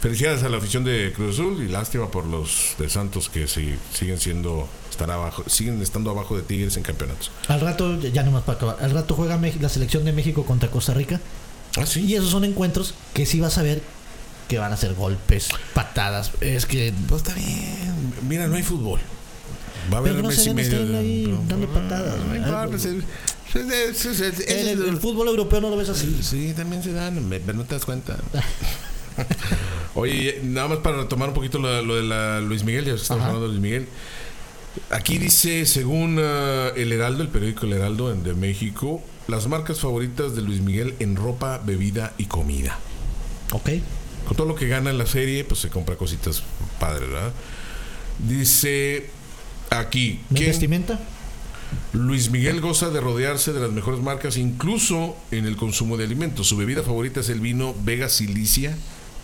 A: felicidades a la afición de Cruz Azul y lástima por los de Santos que sí- siguen siendo están abajo, siguen estando abajo de Tigres en campeonatos.
B: Al rato, ya nomás para acabar, al rato juega Mex- la selección de México contra Costa Rica.
A: Ah, sí.
B: Y esos son encuentros que sí vas a ver que van a ser golpes, patadas. Es que.
A: Pues está bien. Mira, no hay fútbol. Va a haber
B: Pero no
A: mes
B: se
A: y
B: van a
A: medio.
B: estar ahí
A: de- Ah,
B: dando patadas,
A: No,
B: güey.
A: no, pues, es- es- es- es- es- es-
B: El, el fútbol europeo no lo ves así.
A: Sí, también se dan, me- pero no te das cuenta. Oye, nada más para retomar un poquito lo, lo de la Luis Miguel, ya que estamos
B: Ajá.
A: hablando de Luis Miguel. Aquí dice, según ah, el Heraldo, el periódico El Heraldo en- de México, las marcas favoritas de Luis Miguel en ropa, bebida y comida.
B: Ok.
A: Con todo lo que gana en la serie, pues se compra cositas padres, ¿verdad? Dice aquí
B: ¿Mi
A: que
B: vestimenta?
A: Luis Miguel goza de rodearse de las mejores marcas, incluso en el consumo de alimentos. Su bebida favorita es el vino Vega Silicia,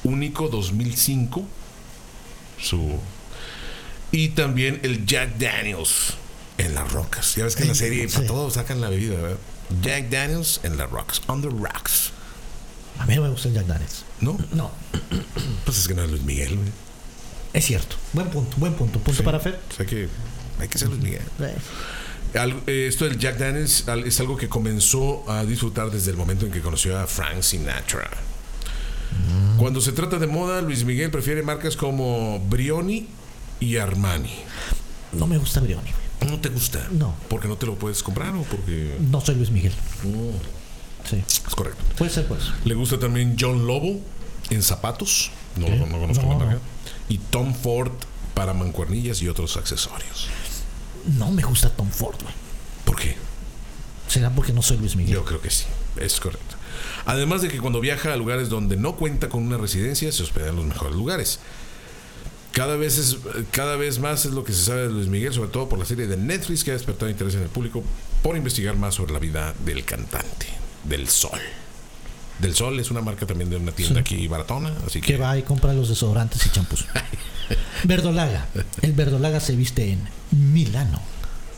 A: único 2005. Su... Y también el Jack Daniels en las rocas. Ya ves que en la serie
B: Sí.
A: para todos sacan la bebida, ¿verdad? Jack Daniels en las rocas, on the rocks.
B: A mí no me gusta el Jack Daniels.
A: ¿No?
B: No,
A: Pues es que no es Luis Miguel, güey.
B: es cierto. Buen punto, buen punto. Punto para Fer.
A: O sea que hay que ser Luis Miguel.
B: Eh,
A: Al- eh, esto del Jack Daniels al- es algo que comenzó a disfrutar desde el momento en que conoció a Frank Sinatra. Cuando se trata de moda, Luis Miguel prefiere marcas como Brioni y Armani.
B: No me gusta Brioni. güey.
A: ¿No te gusta?
B: No.
A: ¿Porque no te lo puedes comprar o porque...?
B: No soy Luis Miguel. Sí.
A: Es correcto.
B: Puede ser, pues.
A: Le gusta también John Lobo en zapatos. No,
B: ¿Qué?
A: no, no conozco la
B: No,
A: marca.
B: no.
A: Y Tom Ford para mancuernillas y otros accesorios.
B: No me gusta Tom Ford, güey.
A: ¿Por qué?
B: ¿Será porque no soy Luis Miguel?
A: Yo creo que sí, es correcto. Además de que cuando viaja a lugares donde no cuenta con una residencia, se hospeda en los mejores lugares. Cada vez, es, cada vez más es lo que se sabe de Luis Miguel, sobre todo por la serie de Netflix que ha despertado interés en el público por investigar más sobre la vida del cantante, del Sol. Del Sol es una marca también de una tienda aquí baratona, así que...
B: que va y compra los desodorantes y champús. Verdolaga. El verdolaga se viste en Milano.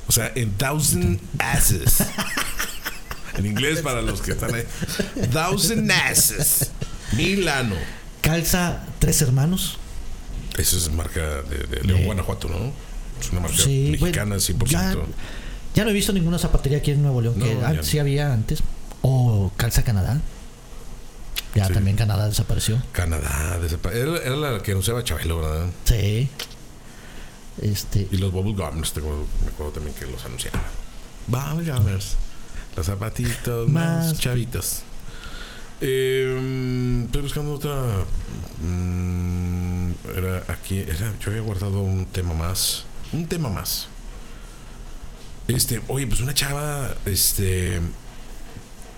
A: O sea, en Thousand Asses. en inglés para los que están ahí. Thousand Asses. Milano.
B: Calza tres hermanos.
A: Eso es marca de, de León,
B: Sí.
A: Guanajuato, ¿no? Es una marca
B: Sí, güey,
A: mexicana, 100%.
B: Ya, ya no he visto ninguna zapatería aquí en Nuevo León, que
A: No,
B: ah,
A: ya no.
B: sí había antes. O Calza Canadá. Ya
A: Sí.
B: también Canadá desapareció.
A: Canadá, de ese pa- era, era la que anunciaba Chabelo, ¿verdad?
B: Sí. Este,
A: Y los Bubblegums, tengo, me acuerdo también que los anunciaba. Bubblegums. Los zapatitos más,
B: Más-
A: chavitos. Eh, estoy buscando otra. mm, era aquí. Era, yo había guardado un tema más. Un tema más. Este, oye, pues una chava, este.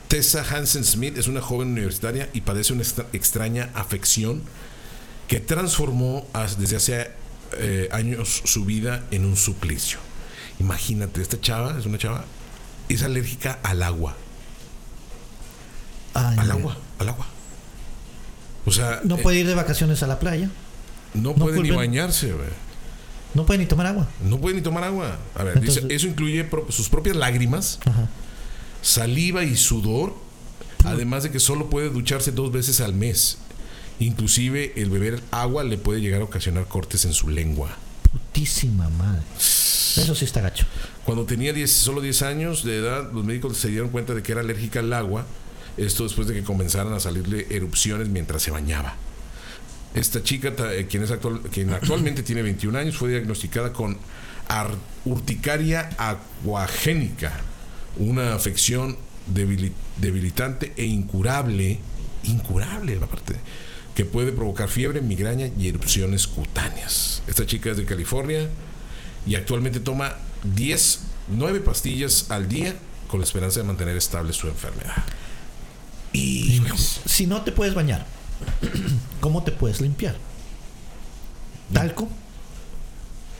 A: Tessa Hansen Smith es una joven universitaria y padece una extra- extraña afección que transformó as- desde hace eh, años su vida en un suplicio. Imagínate, esta chava, es una chava, es alérgica al agua.
B: ay,
A: Al agua, al agua. O sea,
B: No
A: eh,
B: puede ir de vacaciones a la playa.
A: no
B: no
A: puede ni
B: vuelven.
A: bañarse, güey.
B: No puede ni tomar agua.
A: No puede ni tomar agua. A ver, dice,
B: Entonces-
A: eso incluye pro- sus propias lágrimas,
B: Ajá.
A: saliva y sudor, además de que solo puede ducharse dos veces al mes. Inclusive el beber agua le puede llegar a ocasionar cortes en su lengua.
B: Putísima madre. Eso sí está gacho.
A: Cuando tenía 10 solo 10 años de edad, los médicos se dieron cuenta de que era alérgica al agua. Esto después de que comenzaran a salirle erupciones mientras se bañaba. Esta chica, ta- eh, quien, es actual- quien actualmente tiene 21 años, fue diagnosticada con ar- urticaria acuagénica, una afección debili- debilitante e incurable, incurable aparte, que puede provocar fiebre, migraña y erupciones cutáneas. Esta chica es de California y actualmente toma 10, 9 pastillas al día con la esperanza de mantener estable su enfermedad. Y
B: Si no te puedes bañar, ¿cómo te puedes limpiar? Talco.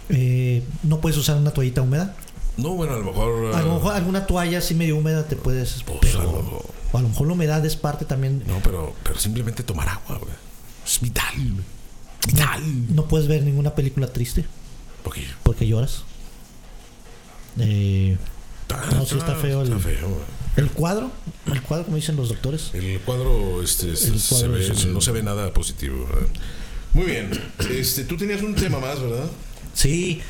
B: Eh, no puedes usar una toallita húmeda.
A: no, bueno, a lo mejor...
B: A
A: eh,
B: lo mejor alguna toalla así medio húmeda te puedes.
A: Pues,
B: pero-
A: algo.
B: o a lo mejor la humedad es parte también.
A: eh, No, pero, pero simplemente tomar agua, güey. Es vital.
B: Mm.
A: güey. Vital.
B: No puedes ver ninguna película triste
A: Porque
B: porque lloras. Eh, No, sí está feo el-
A: Está feo, güey.
B: el cuadro, el cuadro, como dicen los doctores.
A: El cuadro, este, se-
B: El
A: se
B: cuadro
A: ve-
B: es-
A: no se ve nada positivo. ¿verdad? Muy bien. Este, tú tenías un tema más, ¿verdad?
B: Sí,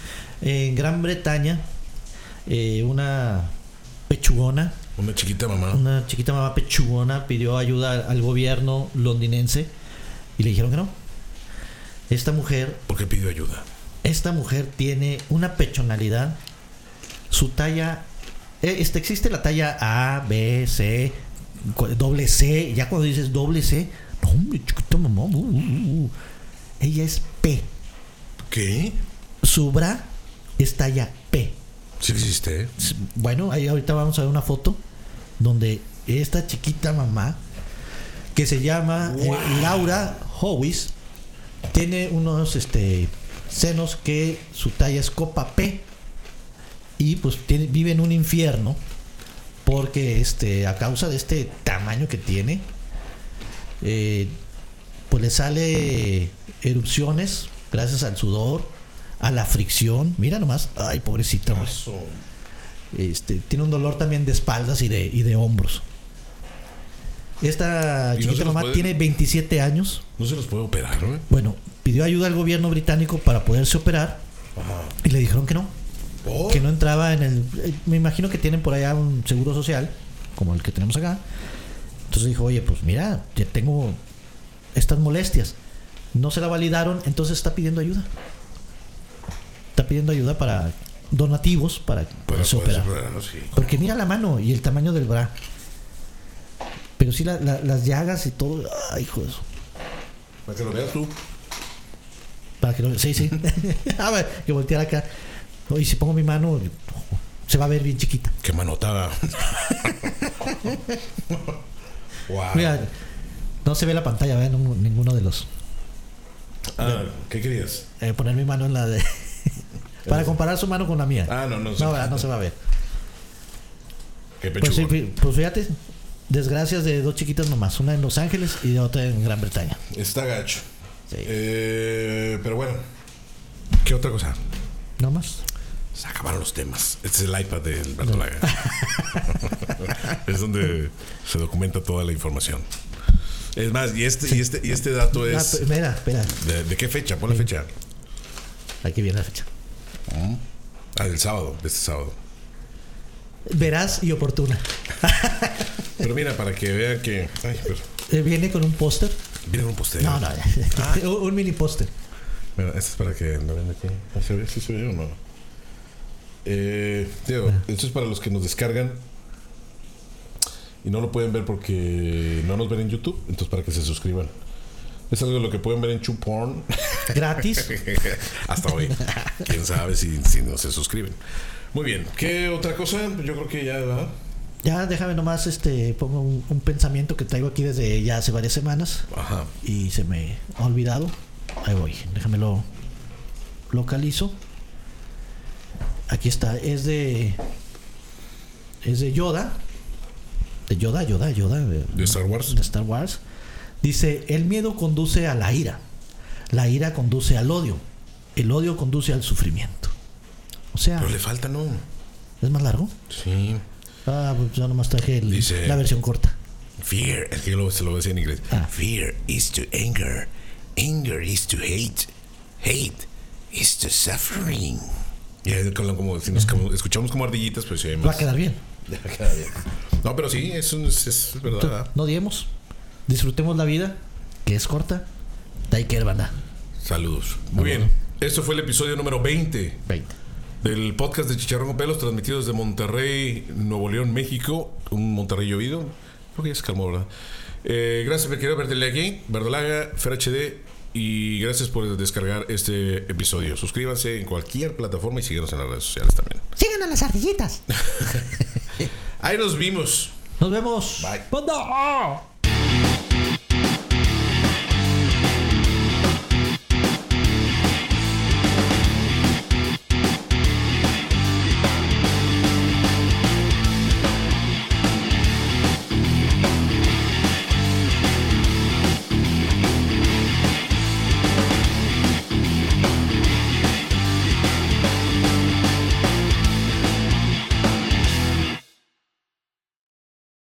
B: en Gran Bretaña, eh, una pechugona
A: Una chiquita mamá.
B: Una chiquita mamá pechugona pidió ayuda al gobierno londinense y le dijeron que no. Esta mujer,
A: ¿Por qué pidió ayuda?
B: esta mujer tiene una pechonalidad. Su talla, eh, este, existe la talla A, B, C, cu- doble C. Ya cuando dices doble C, no, hombre, chiquita mamá. uh, uh, uh". Ella es P.
A: ¿Qué?
B: Su bra es talla P.
A: Sí existe. ¿eh?
B: Bueno, ahí ahorita vamos a ver una foto donde esta chiquita mamá, que se llama eh, Laura Howis, tiene unos este, senos que su talla es copa P y pues tiene- vive en un infierno porque este, a causa de este tamaño que tiene, eh, pues le sale erupciones gracias al sudor, a la fricción. Mira nomás, ay pobrecita. hombre. Este, tiene un dolor también de espaldas y de, y de hombros. Esta
A: ¿Y no se
B: chiquita
A: los
B: mamá
A: puede-
B: tiene 27 años.
A: No se los puede operar, güey.
B: Bueno, pidió ayuda al gobierno británico para poderse operar y le dijeron que no,
A: ¿Por?
B: que no entraba en el... eh, Me imagino que tienen por allá un seguro social, como el que tenemos acá. Entonces dijo, oye, pues mira, ya tengo estas molestias. No se la validaron, entonces está pidiendo ayuda. Está pidiendo ayuda para donativos, para,
A: Para
B: poderse
A: poderse
B: operar.
A: operar, sí.
B: Porque mira la mano y el tamaño del bra. Pero sí la- la- las llagas y todo. Ay, hijo de su-
A: Para que lo veas tú.
B: Ah, Para que no- Sí, sí. a ver, que voltear acá. No, y si pongo mi mano. se va a ver bien chiquita.
A: Qué manotada. wow.
B: Mira, no se ve la pantalla, ¿verdad? No- ninguno de los.
A: Ah, ¿Qué querías?
B: eh, poner mi mano en la de. para comparar su mano con la mía.
A: Ah, no, no.
B: no, ¿verdad? no se va a ver.
A: Qué
B: Pues, sí,
A: pechugón.
B: fi- pues fíjate, desgracias de dos chiquitas nomás, una en Los Ángeles y de otra en Gran Bretaña.
A: Está gacho.
B: Sí.
A: Eh, pero bueno. ¿Qué otra cosa?
B: No más.
A: Se acabaron los temas. Este es el iPad de Alberto Laga. es donde se documenta toda la información. Es más, y este, y este, y este dato
B: Ah,
A: es.
B: pe- espera, espera.
A: ¿De, de qué fecha? Pon la fecha.
B: Aquí viene la fecha.
A: Ah, del sábado, de este sábado.
B: Veraz y oportuna.
A: Pero mira, para que vean que. Ay, pero.
B: Eh, Viene con un póster.
A: Miren un posterior.
B: No, no,
A: Ah.
B: un, un mini póster.
A: Mira, esto es para que lo vean aquí. Ah, ¿Se ve? ¿Sí se ve o no? Eh, tío, esto es para los que nos descargan y no lo pueden ver porque no nos ven en YouTube, entonces para que se suscriban. Es algo de lo que pueden ver en Chuporn
B: Gratis.
A: hasta hoy. Quién sabe si, si no se suscriben. Muy bien, ¿qué otra cosa? Yo creo que ya, ¿verdad?
B: Ya déjame nomás, este, pongo un, un pensamiento que traigo aquí desde ya hace varias semanas
A: Ajá.
B: y se me ha olvidado. Ahí voy, déjamelo localizo. Aquí está, es de es de Yoda. De Yoda, Yoda, Yoda de,
A: ¿De Star Wars?
B: de Star Wars. Dice, "El miedo conduce a la ira. La ira conduce al odio. El odio conduce al sufrimiento." O sea,
A: Pero le falta, ¿no?
B: es más largo.
A: Sí.
B: Ah, pues yo nomás traje el-
A: Dice-
B: la versión corta.
A: Fear, es que lo, se lo decía en inglés.
B: Ah.
D: Fear is to anger. Anger is to hate. Hate is to suffering.
A: Y ahí hablan como, si nos como- escuchamos como ardillitas, pues sí, hay
B: Va a
A: más.
B: quedar bien.
A: No, pero sí, es, un- es, es verdad.
B: No diemos. Disfrutemos la vida, que es corta. Take care, banda.
A: Saludos. Muy bien. Esto fue el episodio número 20
B: 20.
A: del podcast de Chicharrón con Pelos, transmitido desde Monterrey, Nuevo León, México. Un Monterrey llovido. Creo que ya se calmó, ¿verdad? Eh, gracias, me quiero verle aquí, Verdolaga, FerHD. Y gracias por descargar este episodio. Suscríbanse en cualquier plataforma y síguenos en las redes sociales también.
B: Sigan a las ardillitas.
A: Ahí nos vimos.
B: Nos vemos.
A: Bye.
B: Banda.